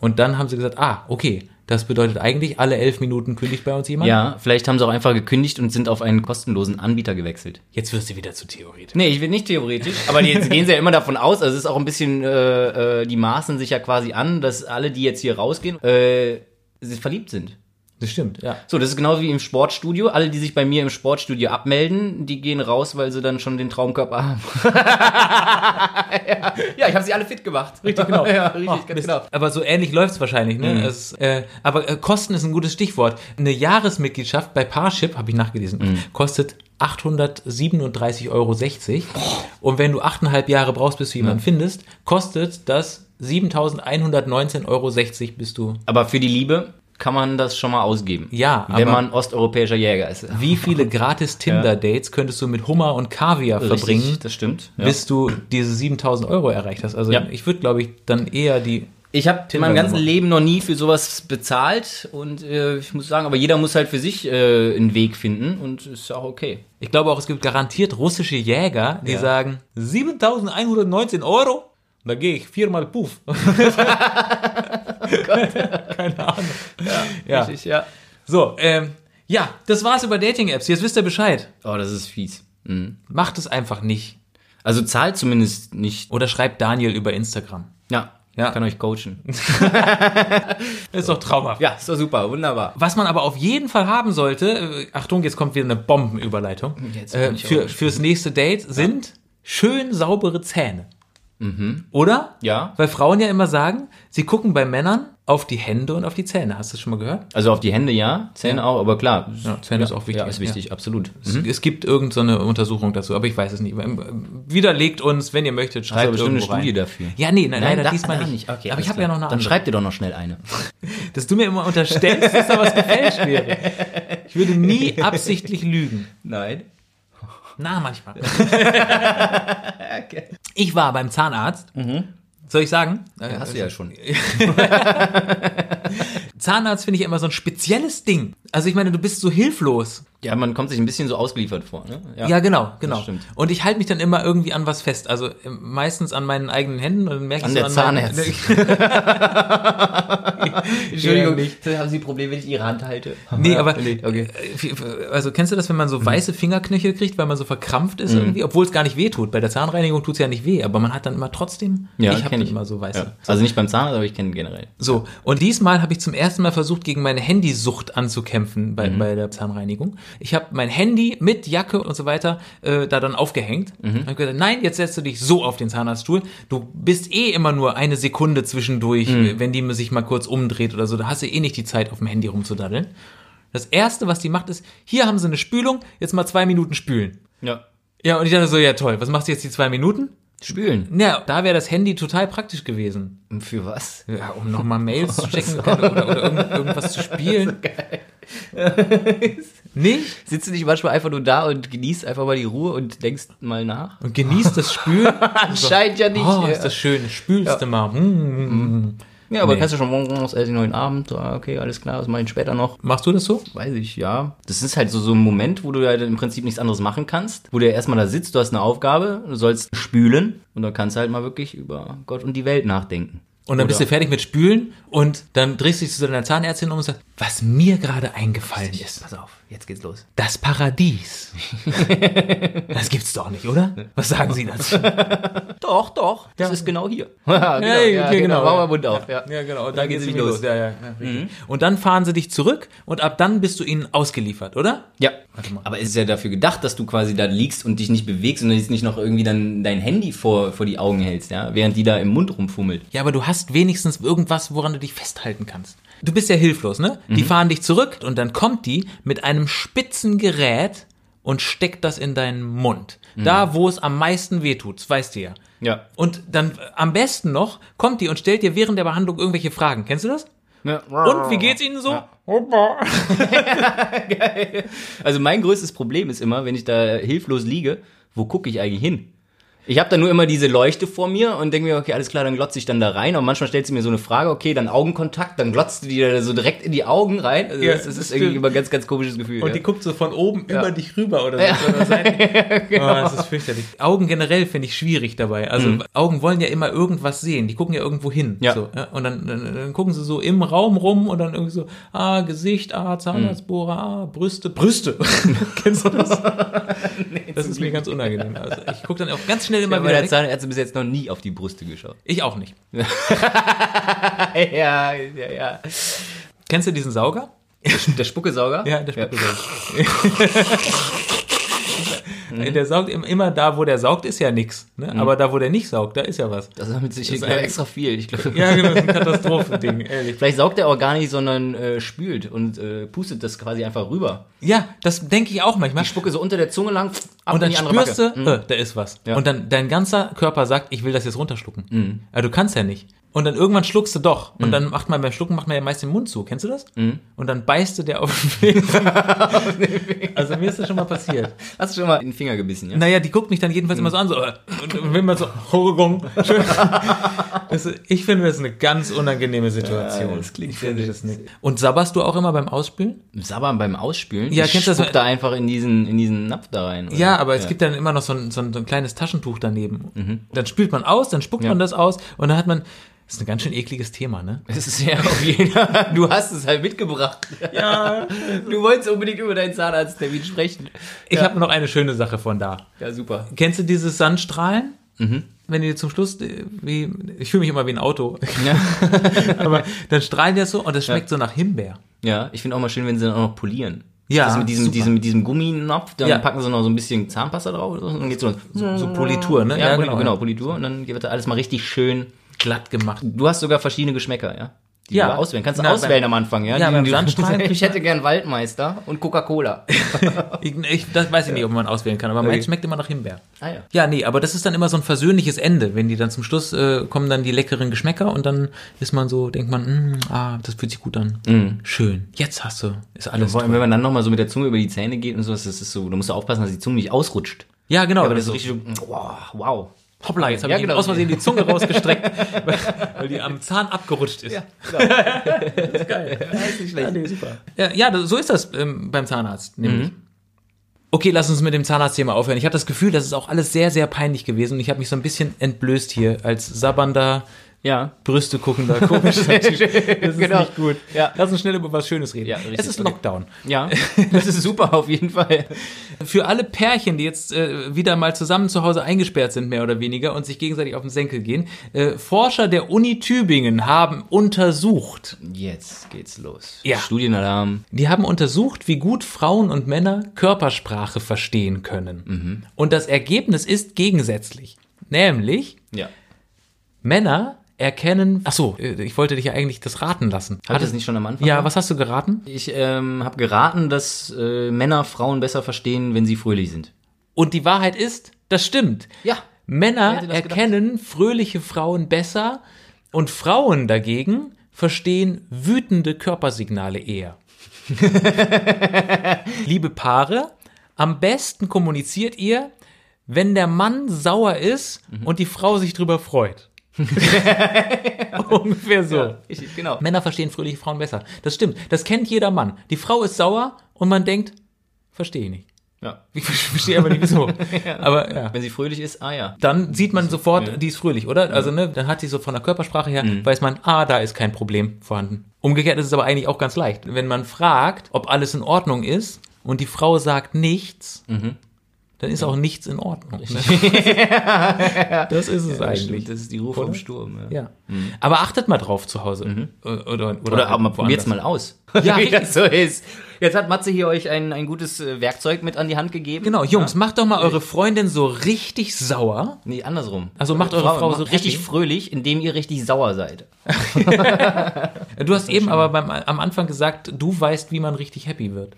S1: Und dann haben sie gesagt, ah, okay, das bedeutet eigentlich, alle elf Minuten kündigt bei uns jemand.
S2: Ja, vielleicht haben sie auch einfach gekündigt und sind auf einen kostenlosen Anbieter gewechselt.
S1: Jetzt wirst du wieder zu theoretisch.
S2: Nee, ich will nicht theoretisch, aber die- jetzt gehen sie ja immer davon aus, also es ist auch ein bisschen, äh, äh, die maßen sich ja quasi an, dass alle, die jetzt hier rausgehen, äh, sie verliebt sind.
S1: Das stimmt, ja.
S2: So, das ist genauso wie im Sportstudio. Alle, die sich bei mir im Sportstudio abmelden, die gehen raus, weil sie dann schon den Traumkörper haben. ja, ich habe sie alle fit gemacht.
S1: Richtig, genau.
S2: ja, richtig,
S1: Ach,
S2: ganz
S1: Mist.
S2: genau. Mhm.
S1: Aber so ähnlich läuft's wahrscheinlich. Ne? Es, äh, aber äh, Kosten ist ein gutes Stichwort. Eine Jahresmitgliedschaft bei Parship, habe ich nachgelesen,
S2: Mhm.
S1: kostet 837,60 Euro. Und wenn du achteinhalb Jahre brauchst,
S2: Mhm.
S1: bis du jemanden findest, kostet das 7.119,60 Euro, bis du...
S2: Aber für die Liebe kann man das schon mal ausgeben.
S1: Ja,
S2: Wenn
S1: aber-
S2: man osteuropäischer Jäger ist.
S1: Wie viele gratis Tinder-Dates könntest du mit Hummer und Kaviar verbringen,
S2: Richtig, das stimmt. Ja.
S1: bis du diese 7.000 Euro erreicht hast? Also
S2: Ja.
S1: ich würde, glaube ich, dann eher die...
S2: Ich habe in meinem
S1: Tinder
S2: ganzen
S1: gemacht.
S2: Leben noch nie für sowas bezahlt und äh, ich muss sagen, aber jeder muss halt für sich äh, einen Weg finden und ist auch okay.
S1: Ich glaube auch, es gibt garantiert russische Jäger, die sagen, 7119 Euro? Da gehe ich viermal puff. Keine Ahnung. Ja,
S2: Richtig, ja.
S1: So, ähm, ja, das war's über Dating-Apps. Jetzt wisst ihr Bescheid.
S2: Oh, das ist fies. Mhm.
S1: Macht es einfach nicht.
S2: Also zahlt zumindest nicht.
S1: Oder schreibt Daniel über Instagram.
S2: Ja,
S1: Ja.
S2: ja. kann euch coachen.
S1: Ist doch traumhaft.
S2: Ja, ist doch super, wunderbar.
S1: Was man aber auf jeden Fall haben sollte, äh, Achtung, jetzt kommt wieder eine Bombenüberleitung,
S2: Jetzt bin
S1: äh,
S2: ich
S1: für,
S2: auch-
S1: fürs nächste Date sind schön saubere Zähne. Oder?
S2: Mhm. Ja.
S1: Weil Frauen ja immer sagen, sie gucken bei Männern auf die Hände und auf die Zähne. Hast du das schon mal gehört?
S2: Also auf die Hände ja, Zähne auch, aber klar.
S1: Ja, Zähne ist auch wichtig.
S2: Ja, ist wichtig, Mhm. absolut.
S1: Es- Es gibt irgendeine so eine Untersuchung dazu, aber ich weiß es nicht. Ähm, Widerlegt uns, wenn ihr möchtet, schreibt
S2: bestimmt
S1: irgendwo
S2: eine Studie
S1: rein.
S2: dafür.
S1: Ja, nee, nein, leider
S2: da-
S1: diesmal
S2: da
S1: nicht.
S2: Okay,
S1: aber
S2: alles
S1: ich habe
S2: klar.
S1: ja noch eine
S2: Dann
S1: andere.
S2: schreibt ihr doch noch schnell eine.
S1: Dass du mir immer unterstellst, dass da was gefälscht wäre. Ich würde nie absichtlich lügen.
S2: Nein.
S1: Na, manchmal. Ich war beim
S2: Mhm.
S1: Zahnarzt. Soll ich sagen?
S2: Ja, hast du ja schon.
S1: Zahnarzt finde ich immer so ein spezielles Ding. Also ich meine, du bist so hilflos.
S2: Ja, man kommt sich ein bisschen so ausgeliefert vor, ne?
S1: Ja, genau, genau.
S2: stimmt.
S1: Und ich halte mich dann immer irgendwie an was fest. Also ähm, meistens an meinen eigenen Händen und dann merke
S2: An
S1: ich
S2: der
S1: so meinen-
S2: Zahnärztin. Entschuldigung, haben Sie Probleme, wenn ich Ihre Hand halte?
S1: Nee, aber
S2: okay. Mhm.
S1: äh, also kennst du das, wenn man so weiße Fingerknöchel kriegt, weil man so verkrampft ist irgendwie, obwohl es gar nicht weh tut. Bei der Zahnreinigung tut's ja nicht weh, aber man hat dann immer trotzdem, ich habe
S2: kenn
S1: immer so weiße.
S2: Ja. Also nicht beim Zahnarzt, aber ich kenne generell.
S1: So, und diesmal habe ich zum ersten Mal versucht, gegen meine Handysucht anzukämpfen bei, bei der Zahnreinigung. Ich habe mein Handy mit Jacke und so weiter äh, da dann aufgehängt. Und habe gesagt, nein, jetzt setzt du dich so auf den Zahnarztstuhl. Du bist eh immer nur eine Sekunde zwischendurch, äh, wenn die sich mal kurz umdreht oder so. Da hast du eh nicht die Zeit, auf dem Handy rumzudaddeln. Das Erste, was die macht, ist, hier haben sie eine Spülung, jetzt mal zwei Minuten spülen.
S2: Ja.
S1: Ja, und ich dachte so, ja toll, was machst du jetzt die zwei Minuten?
S2: Spülen.
S1: Na, da wäre das Handy total praktisch gewesen.
S2: Für was?
S1: Ja, um nochmal Mails
S2: Oh,
S1: zu checken zu können oder, oder irgend, irgendwas zu spielen. Nicht?
S2: Sitzt du nicht manchmal einfach nur da und genießt einfach mal die Ruhe und denkst mal nach?
S1: Und genießt das Spülen.
S2: Anscheinend ja nicht.
S1: Oh,
S2: ja.
S1: ist das schön. Spülst du mal. Hm.
S2: ja, aber
S1: Nee.
S2: kannst du schon morgen morgens essen, heute Abend. Ah, okay, alles klar, das mache ich später noch.
S1: Machst du das so?
S2: Weiß ich, ja. Das ist halt so, so ein Moment, wo du halt im Prinzip nichts anderes machen kannst. Wo du ja erstmal da sitzt, du hast eine Aufgabe, du sollst spülen und dann kannst du halt mal wirklich über Gott und die Welt nachdenken.
S1: Und dann bist du
S2: Oder-
S1: fertig mit Spülen und dann drehst du dich zu deiner Zahnärztin um und sagst, was mir gerade eingefallen ist.
S2: Pass auf, jetzt geht's los.
S1: Das Paradies. das gibt's doch nicht, oder? Was sagen Sie dazu?
S2: Doch, doch. Das ist genau hier. ja, genau,
S1: Hey, okay, genau,
S2: Mach
S1: ja.
S2: mal Mund auf. Ja.
S1: Ja, genau. Und
S2: dann geht's nämlich los. Mhm.
S1: Ja, ja. Und dann fahren sie dich zurück und ab dann bist du ihnen ausgeliefert, oder?
S2: Ja, aber es ist ja dafür gedacht, dass du quasi da liegst und dich nicht bewegst und jetzt nicht noch irgendwie dann dein Handy vor, vor die Augen hältst, ja, während die da im Mund rumfummelt.
S1: Ja, aber du hast wenigstens irgendwas, woran du dich festhalten kannst. Du bist ja hilflos, ne? Die fahren dich zurück und dann kommt die mit einem spitzen Gerät und steckt das in deinen Mund. Da, wo es am meisten wehtut, das weißt du ja.
S2: Ja.
S1: Und dann äh, am besten noch kommt die und stellt dir während der Behandlung irgendwelche Fragen. Kennst du das? Und wie geht's Ihnen so?
S2: Also mein größtes Problem ist immer, wenn ich da hilflos liege, wo gucke ich eigentlich hin? Ich habe da nur immer diese Leuchte vor mir und denke mir, okay, alles klar, dann glotze ich dann da rein. Und manchmal stellt sie mir so eine Frage, okay, dann Augenkontakt, dann glotzt du die da so direkt in die Augen rein. Also
S1: Ja,
S2: das, das
S1: das
S2: ist irgendwie
S1: stimmt.
S2: immer ein ganz, ganz komisches Gefühl.
S1: Und
S2: ja.
S1: die guckt so von oben über dich rüber oder so. Oder
S2: Genau.
S1: oh, das ist fürchterlich. Augen generell finde ich schwierig dabei. Also Augen wollen ja immer irgendwas sehen. Die gucken ja irgendwo hin.
S2: Mhm. Ja.
S1: So, ja? Und dann, dann, dann gucken sie so im Raum rum und dann irgendwie so, ah, Gesicht, ah,
S2: Mhm.
S1: Zahnarztbohrer, ah, Brüste, Brüste. Kennst du das? das ist mir ganz unangenehm. Also ich gucke dann auch ganz schnell
S2: Ich
S1: immer
S2: habe
S1: wieder
S2: meiner
S1: weg.
S2: Zahnärztin bis jetzt noch nie auf die Brüste geschaut.
S1: Ich auch nicht.
S2: ja, ja, ja.
S1: Kennst du diesen Sauger?
S2: Der Spuckesauger?
S1: Ja, der Spuckesauger. Der saugt im- immer da, wo der saugt, ist ja nix. Ne?
S2: Mhm.
S1: Aber da, wo der nicht saugt, da ist ja was.
S2: Das ist mit sich
S1: Das ist
S2: glaub,
S1: ein-
S2: extra viel. Ich glaube,
S1: Ja, genau, das ist ein Katastrophending, ehrlich.
S2: vielleicht saugt er auch gar nicht, sondern äh, spült und äh, pustet das quasi einfach rüber.
S1: Ja, das denke ich auch manchmal.
S2: Ich spucke so unter der Zunge lang ab
S1: Und dann
S2: in die
S1: spürst
S2: Backe. Mhm.
S1: du, äh, da ist was.
S2: Ja. Mhm.
S1: Und dann dein ganzer Körper sagt, ich will das jetzt runterschlucken. Aber du kannst ja nicht. Und dann irgendwann schluckst du doch. Und dann macht man beim Schlucken macht man ja meist den Mund zu. Kennst du das?
S2: Mhm.
S1: Und dann beißt du der auf den Weg. also mir ist das schon mal passiert.
S2: Hast du schon mal in den Finger gebissen, ja?
S1: Naja, die guckt mich dann jedenfalls immer so an, so, äh, und wenn man so, Entschuldigung. Das ist- ich finde, das ist eine ganz unangenehme Situation.
S2: Ja, das klingt
S1: ich finde das nicht. Und sabberst du auch immer beim Ausspülen?
S2: Sabbern beim Ausspülen?
S1: Ja,
S2: ich
S1: kennst du das-
S2: spuck da einfach in diesen, in diesen Napf da rein. oder?
S1: Ja, aber es gibt dann immer noch so ein, so ein, so ein kleines Taschentuch daneben.
S2: Mhm.
S1: Dann spült man aus, dann spuckt man das aus und dann hat man, das ist ein ganz schön ekliges Thema, ne?
S2: Es ist ja auf jeden Fall. Du hast es halt mitgebracht.
S1: Ja.
S2: Du wolltest unbedingt über deinen Zahnarzttermin sprechen.
S1: Ich habe noch eine schöne Sache von da.
S2: Ja, super.
S1: Kennst du dieses Sandstrahlen?
S2: Mhm.
S1: Wenn ihr zum Schluss, äh, wie, ich fühle mich immer wie ein Auto, aber dann strahlen die das so und das schmeckt so nach Himbeer.
S2: Ja, ich finde auch mal schön, wenn sie dann auch noch polieren.
S1: Ja,
S2: Das mit diesem,
S1: super.
S2: diesem, mit diesem Gumminapf, dann
S1: Ja. Mhm.
S2: packen sie noch so ein bisschen Zahnpasta drauf und so, und dann geht's los.
S1: So, so Politur, ne?
S2: Ja, Politur, genau, Politur. Und dann wird da alles mal richtig schön.
S1: Glatt gemacht.
S2: Du hast sogar verschiedene Geschmäcker, ja? Die
S1: Ja.
S2: du auswählen. Kannst du
S1: Na,
S2: auswählen
S1: beim-
S2: am Anfang, ja?
S1: Ja,
S2: die,
S1: beim
S2: die,
S1: Sandstrahlen-
S2: ich hätte gern Waldmeister und Coca-Cola.
S1: Ich, ich, das weiß ich nicht, ob man auswählen kann, aber meins schmeckt immer nach Himbeer.
S2: Ah ja.
S1: Ja, nee, aber das ist dann immer so ein versöhnliches Ende, wenn die dann zum Schluss äh, kommen dann die leckeren Geschmäcker und dann ist man so, denkt man, mm, ah, das fühlt sich gut an.
S2: Mm.
S1: Schön. Jetzt hast du, ist alles
S2: Vor allem,
S1: toll.
S2: wenn man dann nochmal so mit der Zunge über die Zähne geht und sowas, das ist so, da musst du aufpassen, dass die Zunge nicht ausrutscht.
S1: Ja, genau.
S2: Aber
S1: wenn
S2: das ist
S1: du
S2: richtig so, wow, wow.
S1: Hoppla, jetzt habe
S2: Ja,
S1: ich ihm
S2: genau.
S1: aus Versehen die Zunge rausgestreckt, weil, weil die am Zahn abgerutscht ist. Ja,
S2: genau.
S1: ja, das- so ist das ähm, beim Zahnarzt nämlich.
S2: Mhm.
S1: Okay, lass uns mit dem Zahnarztthema aufhören. Ich hatte das Gefühl, das ist auch alles sehr, sehr peinlich gewesen und ich habe mich so ein bisschen entblößt hier als sabbernder,
S2: Ja.
S1: Brüste guckender, komischer Typ. Das ist
S2: Genau.
S1: nicht gut.
S2: Ja.
S1: Lass uns schnell über was Schönes reden.
S2: Ja, richtig,
S1: es ist
S2: okay.
S1: Lockdown.
S2: Ja, das ist super auf jeden Fall.
S1: Für alle Pärchen, die jetzt äh, wieder mal zusammen zu Hause eingesperrt sind, mehr oder weniger, und sich gegenseitig auf den Senkel gehen, äh, Forscher der Uni Tübingen haben untersucht.
S2: Jetzt geht's los.
S1: Ja.
S2: Studienalarm.
S1: Die haben untersucht, wie gut Frauen und Männer Körpersprache verstehen können.
S2: Mhm.
S1: Und das Ergebnis ist gegensätzlich. Nämlich,
S2: Ja.
S1: Männer erkennen. Ach so, äh, ich wollte dich ja eigentlich das raten lassen.
S2: Hat es nicht schon am Anfang?
S1: Ja, was hast du geraten?
S2: Ich ähm, habe geraten, dass äh, Männer Frauen besser verstehen, wenn sie fröhlich sind.
S1: Und die Wahrheit ist, das stimmt.
S2: Ja. Wer
S1: Männer
S2: hätte das gedacht?
S1: erkennen fröhliche Frauen besser und Frauen dagegen verstehen wütende Körpersignale eher. Liebe Paare, am besten kommuniziert ihr, wenn der Mann sauer ist
S2: Mhm.
S1: und die Frau sich drüber freut. Ungefähr so.
S2: richtig, genau.
S1: Männer verstehen fröhliche Frauen besser. Das stimmt. Das kennt jeder Mann. Die Frau ist sauer und man denkt, verstehe ich nicht.
S2: Ja.
S1: Ich verstehe aber nicht wieso. Aber ja
S2: Wenn sie fröhlich ist, ah ja.
S1: dann sieht man sofort, die ist fröhlich, oder? Also, ne, dann hat sie so von der Körpersprache her,
S2: Mhm.
S1: weiß man, ah, da ist kein Problem vorhanden. Umgekehrt ist es aber eigentlich auch ganz leicht. Wenn man fragt, ob alles in Ordnung ist und die Frau sagt nichts,
S2: Mhm.
S1: dann ist auch nichts in Ordnung. Ne? das ist es eigentlich.
S2: Das ist die Ruhe vom Sturm. Ja.
S1: Ja. Aber achtet mal drauf zu Hause. Oder, oder,
S2: Mhm.
S1: halt
S2: Oder aber mal
S1: woanders.
S2: probiert's mal aus.
S1: Ja,
S2: wie
S1: richtig.
S2: das so ist. Jetzt hat Matze hier euch ein, ein gutes äh, Werkzeug mit an die Hand gegeben.
S1: Genau, Jungs, macht doch mal eure Freundin so richtig sauer.
S2: Nee, andersrum.
S1: Also macht eure Frau so
S2: richtig
S1: richtig-
S2: fröhlich, indem ihr richtig sauer seid.
S1: Du hast eben aber beim, am Anfang gesagt, du weißt, wie man richtig happy wird.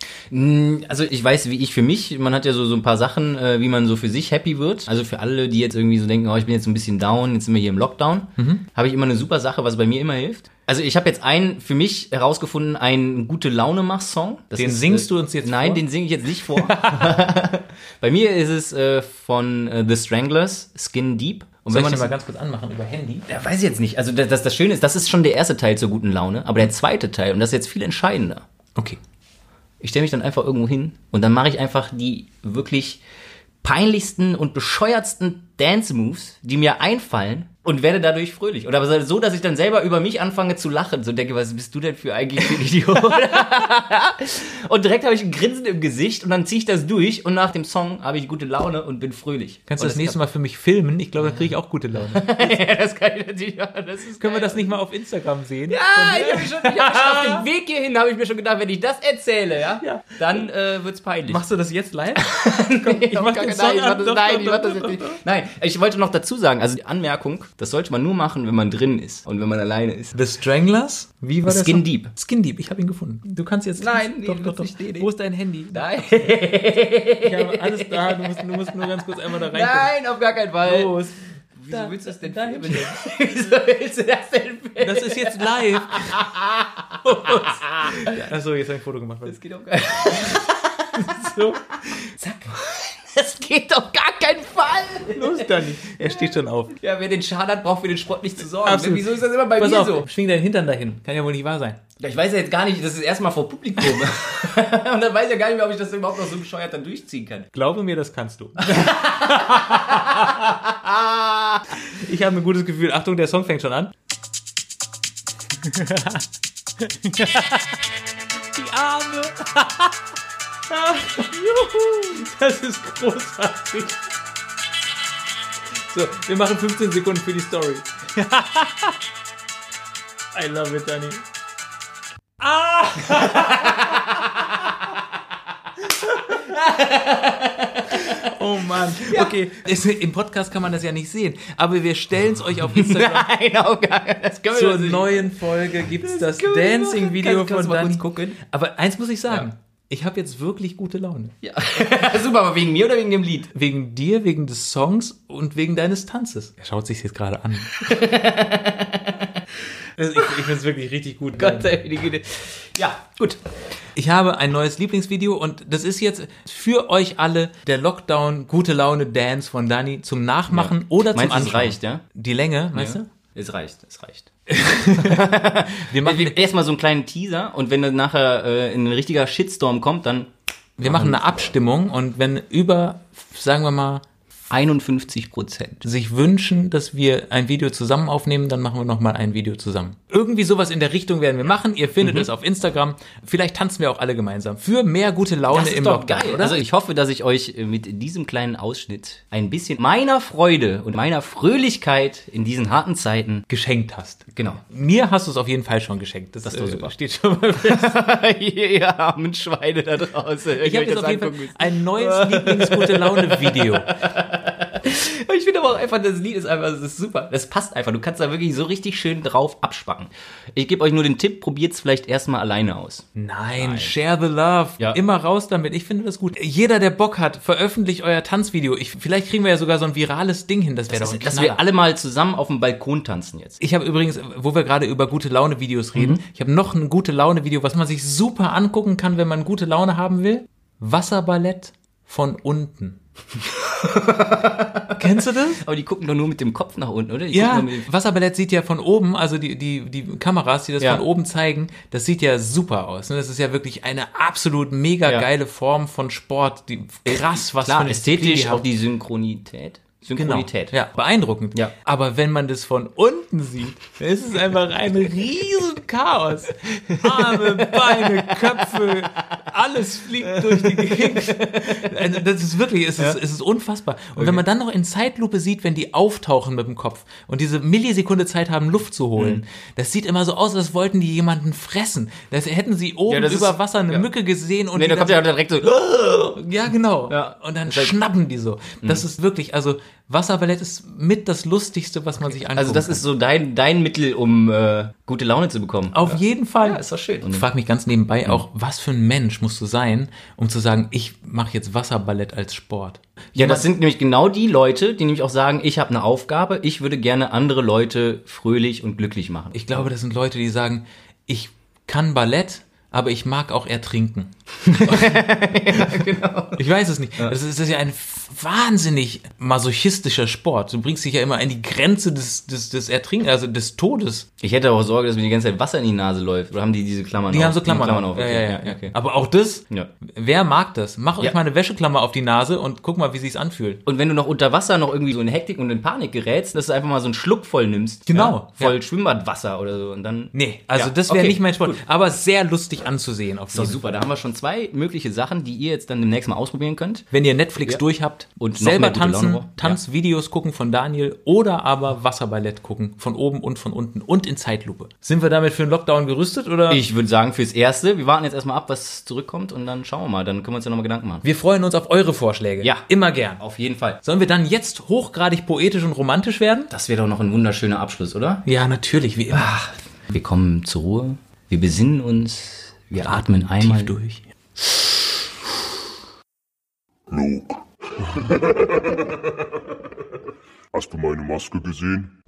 S2: Also ich weiß, wie ich für mich, man hat ja so, so ein paar Sachen, äh, wie man so für sich happy wird. Also für alle, die jetzt irgendwie so denken, oh, ich bin jetzt so ein bisschen down, jetzt sind wir hier im Lockdown,
S1: Mhm.
S2: habe ich immer eine super Sache, was bei mir immer hilft. Also ich habe jetzt einen für mich herausgefunden, einen gute Laune mach Song. Das äh,
S1: Den singst du uns jetzt
S2: Nein,
S1: vor?
S2: den singe ich jetzt nicht vor. bei mir ist es äh, von äh, The Stranglers, Skin Deep. Und
S1: Soll ich den
S2: das-
S1: mal ganz kurz anmachen über Handy?
S2: Ja, weiß ich jetzt nicht. Also das, das, das Schöne ist, das ist schon der erste Teil zur guten Laune, aber der zweite Teil, und das ist jetzt viel entscheidender.
S1: Okay.
S2: Ich stelle mich dann einfach irgendwo hin und dann mache ich einfach die wirklich peinlichsten und bescheuertsten Dance-Moves, die mir einfallen und werde dadurch fröhlich. Oder aber so, dass ich dann selber über mich anfange zu lachen. So denke, was bist du denn für eigentlich für ein Idiot? und direkt habe ich ein Grinsen im Gesicht und dann ziehe ich das durch und nach dem Song habe ich gute Laune und bin fröhlich.
S1: Kannst
S2: und
S1: du das nächste Mal für mich filmen? Ich glaube, da kriege ich auch gute Laune.
S2: Ja, das kann ich natürlich. Das ist
S1: Können wir das nicht mal auf Instagram sehen?
S2: Ah, ich habe schon, ich hab schon auf dem Weg hierhin habe ich mir schon gedacht, wenn ich das erzähle, ja,
S1: Ja.
S2: dann äh, wird's peinlich.
S1: Machst du das jetzt live?
S2: ich
S1: mach den Song
S2: nein, ich mach
S1: an.
S2: das,
S1: Doch,
S2: nein,
S1: doch,
S2: ich mach das
S1: doch,
S2: jetzt
S1: doch,
S2: nicht. Nein, ich wollte noch dazu sagen, also die Anmerkung, das sollte man nur machen, wenn man drin ist und wenn man alleine ist.
S1: The Stranglers? Wie war
S2: Skin
S1: Skin
S2: Deep.
S1: Deep. Skin Deep, ich habe ihn gefunden. Du kannst jetzt.
S2: Nein, nee,
S1: doch,
S2: du
S1: doch,
S2: musst
S1: doch.
S2: nicht, nee, nee.
S1: Wo ist dein Handy?
S2: Nein,
S1: Ich habe alles da. Du musst, du musst nur ganz kurz einmal da reingucken.
S2: nein, auf gar keinen Fall.
S1: Los.
S2: Wieso
S1: da-
S2: willst du das denn
S1: da
S2: filmen? Wieso willst du das denn filmen?
S1: Das ist jetzt live. Achso, jetzt habe ich ein Foto gemacht.
S2: Das geht auf gar,
S1: So,
S2: das geht auf gar keinen Fall.
S1: los, Dani. Er steht schon auf.
S2: Ja, wer den Schaden hat, braucht für den Sport nicht zu sorgen. ne?
S1: Absolut.
S2: Wieso ist das immer bei
S1: Pass
S2: mir
S1: auf,
S2: so?
S1: schwing deinen Hintern dahin. Kann ja wohl nicht wahr sein.
S2: Ja, Ich weiß ja jetzt gar nicht, das ist erstmal vor Publikum. und dann weiß ich ja gar nicht mehr, ob ich das überhaupt noch so bescheuert dann durchziehen kann.
S1: Glaube mir, das kannst du. ich habe ein gutes Gefühl. Achtung, der Song fängt schon an. Die Arme. Juhu. Das ist großartig. So, wir machen 15 Sekunden für die Story. I love it, Ah! Danny. Oh Mann. Okay, es, im Podcast kann man das ja nicht sehen, aber wir stellen es euch auf Instagram
S2: Nein, auf gar keinen Das können
S1: Zur
S2: doch nicht.
S1: neuen Folge gibt's das,
S2: also können wir machen.
S1: Dancing-Video
S2: Kannst- kannst
S1: von
S2: du mal kurz
S1: Dani.
S2: gucken?
S1: Aber eins muss ich sagen. Ich habe jetzt wirklich gute Laune.
S2: Ja. Super, aber wegen mir oder wegen dem Lied?
S1: Wegen dir, wegen des Songs und wegen deines Tanzes. Er schaut sich jetzt gerade an. Ich, ich finde es wirklich richtig gut.
S2: Gott sei Dank, die Güte. Ja, gut.
S1: Ich habe ein neues Lieblingsvideo und das ist jetzt für euch alle der Lockdown Gute Laune Dance von Dani zum Nachmachen oder zum
S2: Meinst du,
S1: Anschauen.
S2: es reicht, ja?
S1: Die Länge, weißt
S2: Ja.
S1: du?
S2: Es reicht, es reicht.
S1: Wir machen,
S2: Erstmal so einen kleinen Teaser und wenn dann nachher äh, ein richtiger Shitstorm kommt, dann
S1: wir machen eine Abstimmung und wenn über, sagen wir mal,
S2: 51 Prozent.
S1: sich wünschen, dass wir ein Video zusammen aufnehmen, dann machen wir nochmal ein Video zusammen. Irgendwie sowas in der Richtung werden wir machen. Ihr findet es auf Instagram. Vielleicht tanzen wir auch alle gemeinsam. Für mehr gute Laune
S2: Das ist
S1: im
S2: doch
S1: Lockdown,
S2: geil,
S1: oder?
S2: Also ich hoffe, dass ich euch äh, mit diesem kleinen Ausschnitt ein bisschen meiner Freude und meiner Fröhlichkeit in diesen harten Zeiten.
S1: geschenkt hast.
S2: Genau.
S1: Mir hast du es auf jeden Fall schon geschenkt. Das, ist
S2: doch
S1: doch
S2: super.
S1: super. Steht schon mal.
S2: Ihr armen Schweine da draußen.
S1: Ich habe jetzt auf jeden Fall ein neues Lieblings-Gute-Laune-Video.
S2: Ich finde aber auch einfach, das Lied ist einfach, das ist super. Das passt einfach. Du kannst da wirklich so richtig schön drauf abspacken. Ich gebe euch nur den Tipp, probiert's vielleicht erstmal alleine aus.
S1: Nein, share the love.
S2: Ja.
S1: Immer raus damit. Ich finde das gut. Jeder, der Bock hat, veröffentlicht euer Tanzvideo. Ich, vielleicht kriegen wir ja sogar so ein virales Ding hin. Das wäre doch ein
S2: Dass wir
S1: Knaller.
S2: alle mal zusammen auf dem Balkon tanzen jetzt.
S1: Ich habe übrigens, wo wir gerade über gute Laune Videos reden,
S2: Mhm.
S1: ich habe noch ein gute Laune Video, was man sich super angucken kann, wenn man gute Laune haben will. Wasserballett von unten. Kennst du das?
S2: Aber die gucken doch nur mit dem Kopf nach unten, oder? Die
S1: Ja,
S2: gucken nur mit dem-
S1: Wasserballett sieht ja von oben, also die, die, die Kameras, die das
S2: Ja.
S1: von oben zeigen, das sieht ja super aus. Ne? Das ist ja wirklich eine absolut mega
S2: Ja.
S1: geile Form von Sport. Die, krass, was für
S2: Klar,
S1: eine Disziplin
S2: ästhetisch
S1: die
S2: auch
S1: haben.
S2: die Synchronität. Synchronität.
S1: Genau. Ja, beeindruckend.
S2: Ja.
S1: Aber wenn man das von unten sieht, dann ist es einfach ein riesen Chaos. Arme, Beine, Köpfe, alles fliegt durch die Gegend. Also Das ist wirklich, es ist, es ist unfassbar. Und wenn man dann noch in Zeitlupe sieht, wenn die auftauchen mit dem Kopf und diese Millisekunde Zeit haben, Luft zu holen,
S2: Mhm.
S1: das sieht immer so aus, als wollten die jemanden fressen. Das hätten sie oben
S2: das ist-
S1: über Wasser eine
S2: ja.
S1: Mücke gesehen und
S2: Nee,
S1: die
S2: da kommt
S1: dann-
S2: ja direkt so.
S1: ja, genau.
S2: Ja. halt Mhm.
S1: Und dann
S2: Das heißt-
S1: schnappen die so. Das ist wirklich, also Wasserballett ist mit das Lustigste, was man sich anguckt.
S2: Also das ist so dein, dein Mittel, um äh, gute Laune zu bekommen.
S1: auf jeden Fall.
S2: ist doch schön. Mhm.
S1: Und ich frage mich ganz nebenbei auch, was für ein Mensch musst du sein, um zu sagen, ich mache jetzt Wasserballett als Sport.
S2: Ja, das sind nämlich genau die Leute, die nämlich auch sagen, ich habe eine Aufgabe, ich würde gerne andere Leute fröhlich und glücklich machen.
S1: Ich glaube, das sind Leute, die sagen, ich kann Ballett, aber ich mag auch ertrinken. genau. Ich weiß es nicht. Das, ist, das ist ja ein wahnsinnig masochistischer Sport. Du bringst dich ja immer an die Grenze des, des, des Ertrinkens, also des Todes.
S2: Ich hätte auch Sorge, dass mir die ganze Zeit Wasser in die Nase läuft. Oder haben die diese Klammern
S1: Die
S2: auf?
S1: haben so Klammern,
S2: Klammern
S1: auf.
S2: okay.
S1: ja, ja, ja.
S2: okay.
S1: Aber auch das,
S2: Ja.
S1: wer mag das? Mach
S2: Ja.
S1: euch mal eine Wäscheklammer auf die Nase und guck mal, wie sich's anfühlt.
S2: Und wenn du noch unter Wasser noch irgendwie so in Hektik und in Panik gerätst, dass du einfach mal so einen Schluck voll nimmst.
S1: Genau,
S2: Ja? Voll Schwimmbadwasser oder so. Und dann.
S1: Nee, also
S2: Ja,
S1: das wäre
S2: okay,
S1: nicht mein Sport.
S2: gut.
S1: Aber sehr lustig anzusehen. Auf
S2: So,
S1: jeden Fall.
S2: super. Da haben wir schon zwei mögliche Sachen, die ihr jetzt dann demnächst mal ausprobieren könnt.
S1: Wenn ihr Netflix
S2: Ja.
S1: durch habt
S2: Und noch mehr
S1: selber
S2: gute Laune
S1: tanzen,
S2: braucht.
S1: Tanzvideos gucken von Daniel oder aber Wasserballett gucken, von oben und von unten und in Zeitlupe. Sind wir damit für den Lockdown gerüstet oder?
S2: Ich würde sagen, fürs Erste, wir warten jetzt erstmal ab, was zurückkommt und dann schauen wir mal. Dann können wir uns ja nochmal Gedanken machen.
S1: Wir freuen uns auf eure Vorschläge.
S2: Ja.
S1: Immer gern.
S2: Auf jeden Fall.
S1: Sollen wir dann jetzt hochgradig poetisch und romantisch werden?
S2: Das wäre doch noch ein wunderschöner Abschluss, oder?
S1: Ja, natürlich, wie immer.
S2: Wir kommen zur Ruhe, wir besinnen uns, wir atmen einmal
S1: durch.
S4: Luke. Hast du meine Maske gesehen?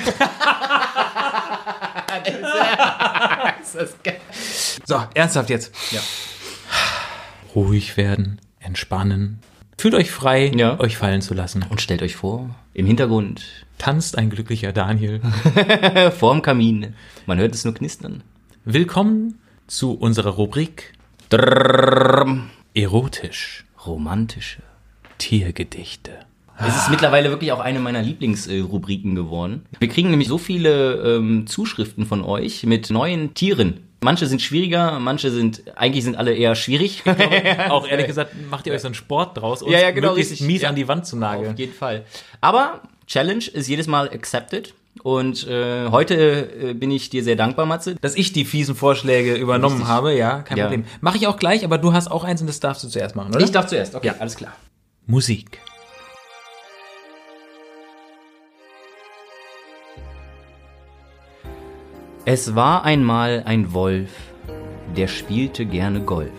S1: So, ernsthaft jetzt.
S2: Ja.
S1: Ruhig werden, entspannen. Fühlt euch frei,
S2: Ja.
S1: euch fallen zu lassen.
S2: Und stellt euch vor, im Hintergrund,
S1: Tanzt ein glücklicher Daniel.
S2: äh, vorm Kamin, man hört es nur knistern.
S1: Willkommen zu unserer Rubrik
S2: Drrrrrrrm.
S1: Erotisch
S2: Romantische.
S1: Tiergedichte.
S2: Es ist mittlerweile wirklich auch eine meiner Lieblingsrubriken geworden. Wir kriegen nämlich so viele ähm, Zuschriften von euch mit neuen Tieren. Manche sind schwieriger, manche sind, eigentlich sind alle eher schwierig.
S1: Auch ehrlich gesagt, macht ihr euch so einen Sport draus, uns
S2: äh, Ja, ja, genau,
S1: möglichst
S2: richtig.
S1: mies
S2: Ja.
S1: an die Wand zu
S2: Auf
S1: nageln.
S2: jeden Fall. Aber Challenge ist jedes Mal accepted. Und äh, heute äh, bin ich dir sehr dankbar, Matze.
S1: Dass ich die fiesen Vorschläge übernommen habe, ja, kein
S2: Ja.
S1: Problem. Mache ich auch gleich, aber du hast auch eins und das darfst du zuerst machen, oder?
S2: Ich darf zuerst, okay, alles klar.
S1: Musik.
S2: Es war einmal ein Wolf, der spielte gerne Golf.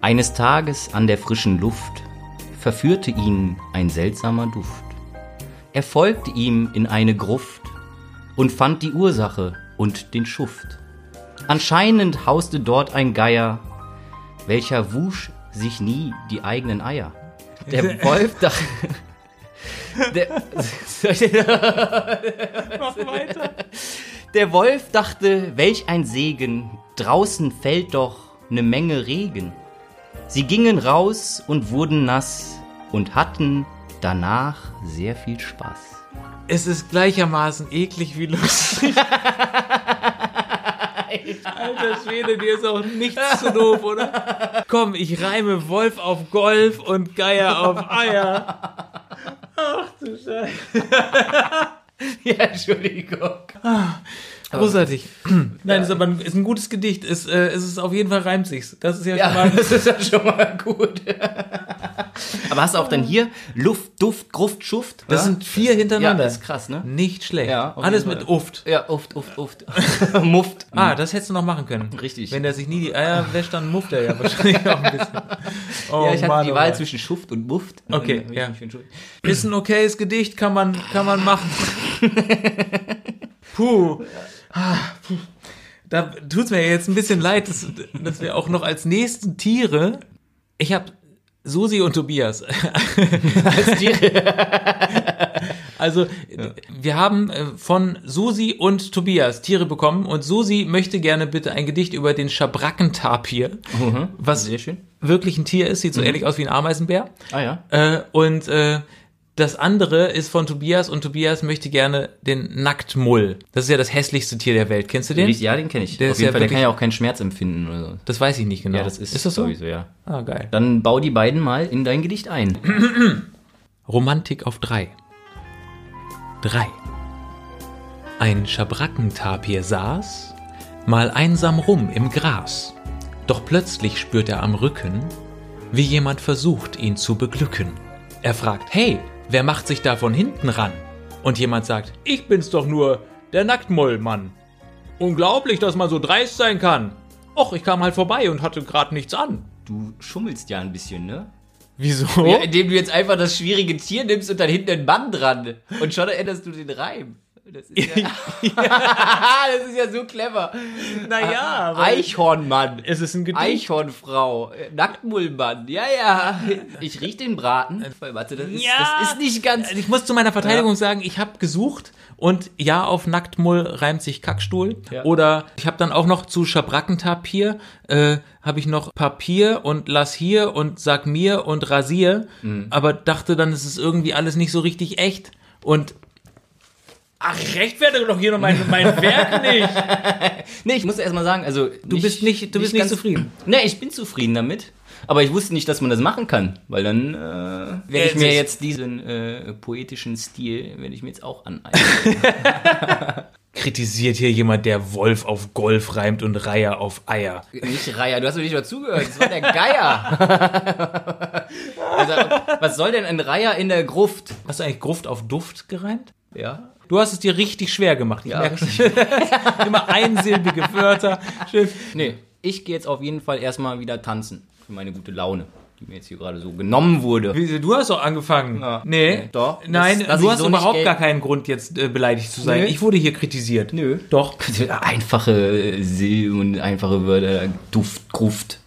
S2: Eines Tages an der frischen Luft verführte ihn ein seltsamer Duft. Er folgte ihm in eine Gruft und fand die Ursache und den Schuft. Anscheinend hauste dort ein Geier, welcher wusch sich nie die eigenen Eier. Der Wolf dachte. Der,
S1: Mach weiter.
S2: der Wolf dachte, welch ein Segen, draußen fällt doch ne Menge Regen. Sie gingen raus und wurden nass und hatten danach sehr viel Spaß.
S1: Es ist gleichermaßen eklig wie lustig. Alter Schwede, dir ist auch nichts zu doof, oder? Komm, ich reime Wolf auf Golf und Geier auf Eier.
S2: Ja, Entschuldigung.
S1: Großartig. Nein, ist aber ein, ist ein gutes Gedicht. Ist, äh, es ist auf jeden Fall reimt sich's. Das ist ja, schon
S2: Ja,
S1: mal.
S2: das ist ja schon mal gut. Aber hast du auch dann hier Luft, Duft, Gruft, Schuft?
S1: Das
S2: wa?
S1: sind vier
S2: ja,
S1: hintereinander.
S2: das ist krass, ne?
S1: Nicht schlecht.
S2: Ja, auf
S1: Alles
S2: jeden
S1: mit
S2: Fall. Mhm.
S1: Uft.
S2: Ja, uft, uft, uft. Muft.
S1: Ah, das hättest du noch machen können.
S2: Richtig.
S1: Wenn der sich nie die Eier wäscht, dann mufft er ja wahrscheinlich auch ein bisschen. Oh,
S2: ja, ich hatte
S1: Mann,
S2: die
S1: oh
S2: Wahl
S1: Mann.
S2: zwischen Schuft und Muft.
S1: Okay,
S2: Dann-
S1: ja.
S2: Ich bin schuld.
S1: Ist ein okayes Gedicht, kann man, kann man machen. Puh. Ah, puh. Da tut's mir jetzt ein bisschen leid, dass, dass wir auch noch als nächsten Tiere. Ich habe Susi und Tobias.
S2: Als Tiere.
S1: Also wir haben äh, von Susi und Tobias Tiere bekommen und Susi möchte gerne bitte ein Gedicht über den Schabrackentapir, was
S2: Sehr schön.
S1: wirklich ein Tier ist, sieht so ähnlich aus wie ein Ameisenbär.
S2: Ah ja.
S1: Äh, und äh, das andere ist von Tobias und Tobias möchte gerne den Nacktmull. Das ist ja das hässlichste Tier der Welt. Kennst du den?
S2: Ja, den kenne ich.
S1: Der
S2: Auf
S1: ist
S2: jeden
S1: ja
S2: Fall, der kann
S1: wirklich-
S2: ja auch keinen Schmerz empfinden oder so.
S1: Das weiß ich nicht genau. Ist das so?
S2: sowieso, ja.
S1: Ah, geil.
S2: Dann bau die beiden mal in dein Gedicht ein.
S1: Romantik auf drei. Drei. Ein Schabrackentapir saß, mal einsam rum im Gras. Doch plötzlich spürt er am Rücken, wie jemand versucht, ihn zu beglücken. Er fragt, hey, wer macht sich da von hinten ran? Und jemand sagt, ich bin's doch nur, der Nacktmollmann. Unglaublich, dass man so dreist sein kann. Och, ich kam halt vorbei und hatte grad nichts an.
S2: Du schummelst ja ein bisschen, ne?
S1: Wieso?
S2: Ja, indem du jetzt einfach das schwierige Tier nimmst und dann hinten einen Mann dran. Und schon änderst du den Reim. Das ist ja, das ist ja so clever.
S1: naja,
S2: Eichhornmann.
S1: es ist ein Gedicht.
S2: Eichhornfrau, äh, Nacktmullmann, ja, ja. Ich riech den Braten. Weil, Warte, das ist,
S1: Ja.
S2: das ist nicht ganz.
S1: Also Ich muss zu meiner Verteidigung
S2: Ja.
S1: sagen, ich habe gesucht und ja, auf Nacktmull reimt sich Kackstuhl.
S2: Ja.
S1: Oder ich habe dann auch noch zu Schabrackentapir, äh, habe ich noch Papier und lass hier und sag mir und rasier. Aber dachte dann, es ist irgendwie alles nicht so richtig echt. Und Ach, rechtfertige doch hier noch mein, mein Werk nicht.
S2: Nee, ich muss erst mal sagen, also. Du
S1: bist nicht- du bist nicht zufrieden.
S2: Nee, ich bin zufrieden damit. Aber ich wusste nicht, dass man das machen kann, weil dann äh, werde ich
S1: Ja,
S2: mir
S1: sich-
S2: jetzt diesen äh, poetischen Stil, werde ich mir jetzt auch aneignen.
S1: Kritisiert hier jemand, der Wolf auf Golf reimt und Reiher auf Eier.
S2: Nicht Reiher, du hast mir nicht dazugehört, das war der Geier. also, was soll denn ein Reiher in der Gruft?
S1: Hast du eigentlich Gruft auf Duft gereimt?
S2: Ja.
S1: Du hast es dir richtig schwer gemacht. Ich
S2: Ja.
S1: merke schon. Immer einsilbige Wörter. Schön.
S2: Nee, ich gehe jetzt auf jeden Fall erstmal wieder tanzen. Für meine gute Laune, die mir jetzt hier gerade so genommen wurde.
S1: Wieso, Du hast doch angefangen.
S2: Ja.
S1: Nee.
S2: Nee, doch.
S1: Nein,
S2: Das lass
S1: du
S2: ich
S1: hast
S2: so nicht
S1: überhaupt
S2: gelten.
S1: gar keinen Grund, jetzt äh, beleidigt zu sein.
S2: Nö.
S1: Ich wurde hier kritisiert.
S2: Nö.
S1: Doch.
S2: Einfache Silben und einfache Wörter. Duft, Gruft.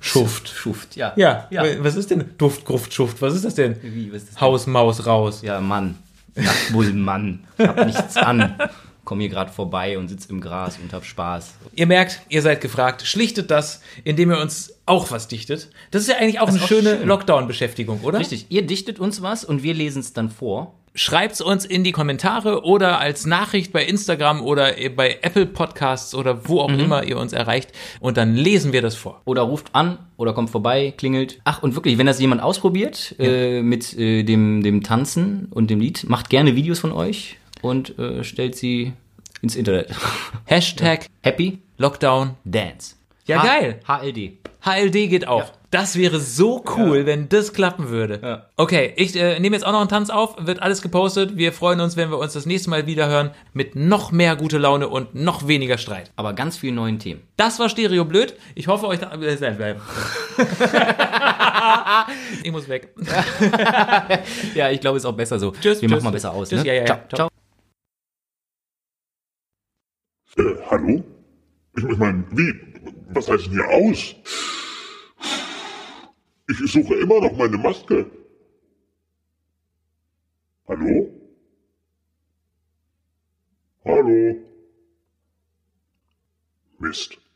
S1: Schuft.
S2: Schuft, ja.
S1: Ja. Äh,
S2: ja.
S1: Was ist denn Duftgruft, Schuft? Was ist das denn?
S2: Wie, was ist das?
S1: Haus, Maus, raus.
S2: Ja, Mann. Nachtbull, Mann. Ich hab nichts an. Komm hier gerade vorbei und sitz im Gras und hab Spaß.
S1: Ihr merkt, ihr seid gefragt. Schlichtet das, indem ihr uns auch was dichtet. Das ist ja eigentlich auch eine
S2: ist auch
S1: schöne
S2: schön.
S1: Lockdown-Beschäftigung, oder?
S2: Richtig, ihr dichtet uns was und wir lesen es dann vor.
S1: Schreibt's uns in die Kommentare oder als Nachricht bei Instagram oder bei Apple Podcasts oder wo
S2: Mhm.
S1: auch immer ihr uns erreicht und dann lesen wir das vor.
S2: Oder ruft an oder kommt vorbei, klingelt. Ach, und wirklich, wenn das jemand ausprobiert äh, mit äh, dem, dem Tanzen und dem Lied, macht gerne Videos von euch und äh, stellt sie ins Internet.
S1: Hashtag
S2: Happy
S1: Lockdown.
S2: Dance.
S1: Ja, geil.
S2: HLD.
S1: HLD geht auch.
S2: Ja.
S1: Das wäre so cool, wenn das klappen würde.
S2: Ja.
S1: Okay, ich äh, nehme jetzt auch noch einen Tanz auf, wird alles gepostet. Wir freuen uns, wenn wir uns das nächste Mal wieder hören mit noch mehr gute Laune und noch weniger Streit.
S2: Aber ganz viel neuen Themen.
S1: Das war Stereo blöd. Ich hoffe, euch da Ich muss weg.
S2: Ja, ich glaube, ist auch besser ne? so.
S1: Tschüss,
S2: Wir
S1: tschüss.
S2: machen mal besser aus.
S1: Tschüss,
S2: ne?
S1: ja, ja, ja. Ciao.
S2: Ciao. Ciao.
S4: Äh, hallo? Ich meine, wie? Was heißt denn hier aus? Ich suche immer noch meine Maske. Hallo? Hallo? Mist.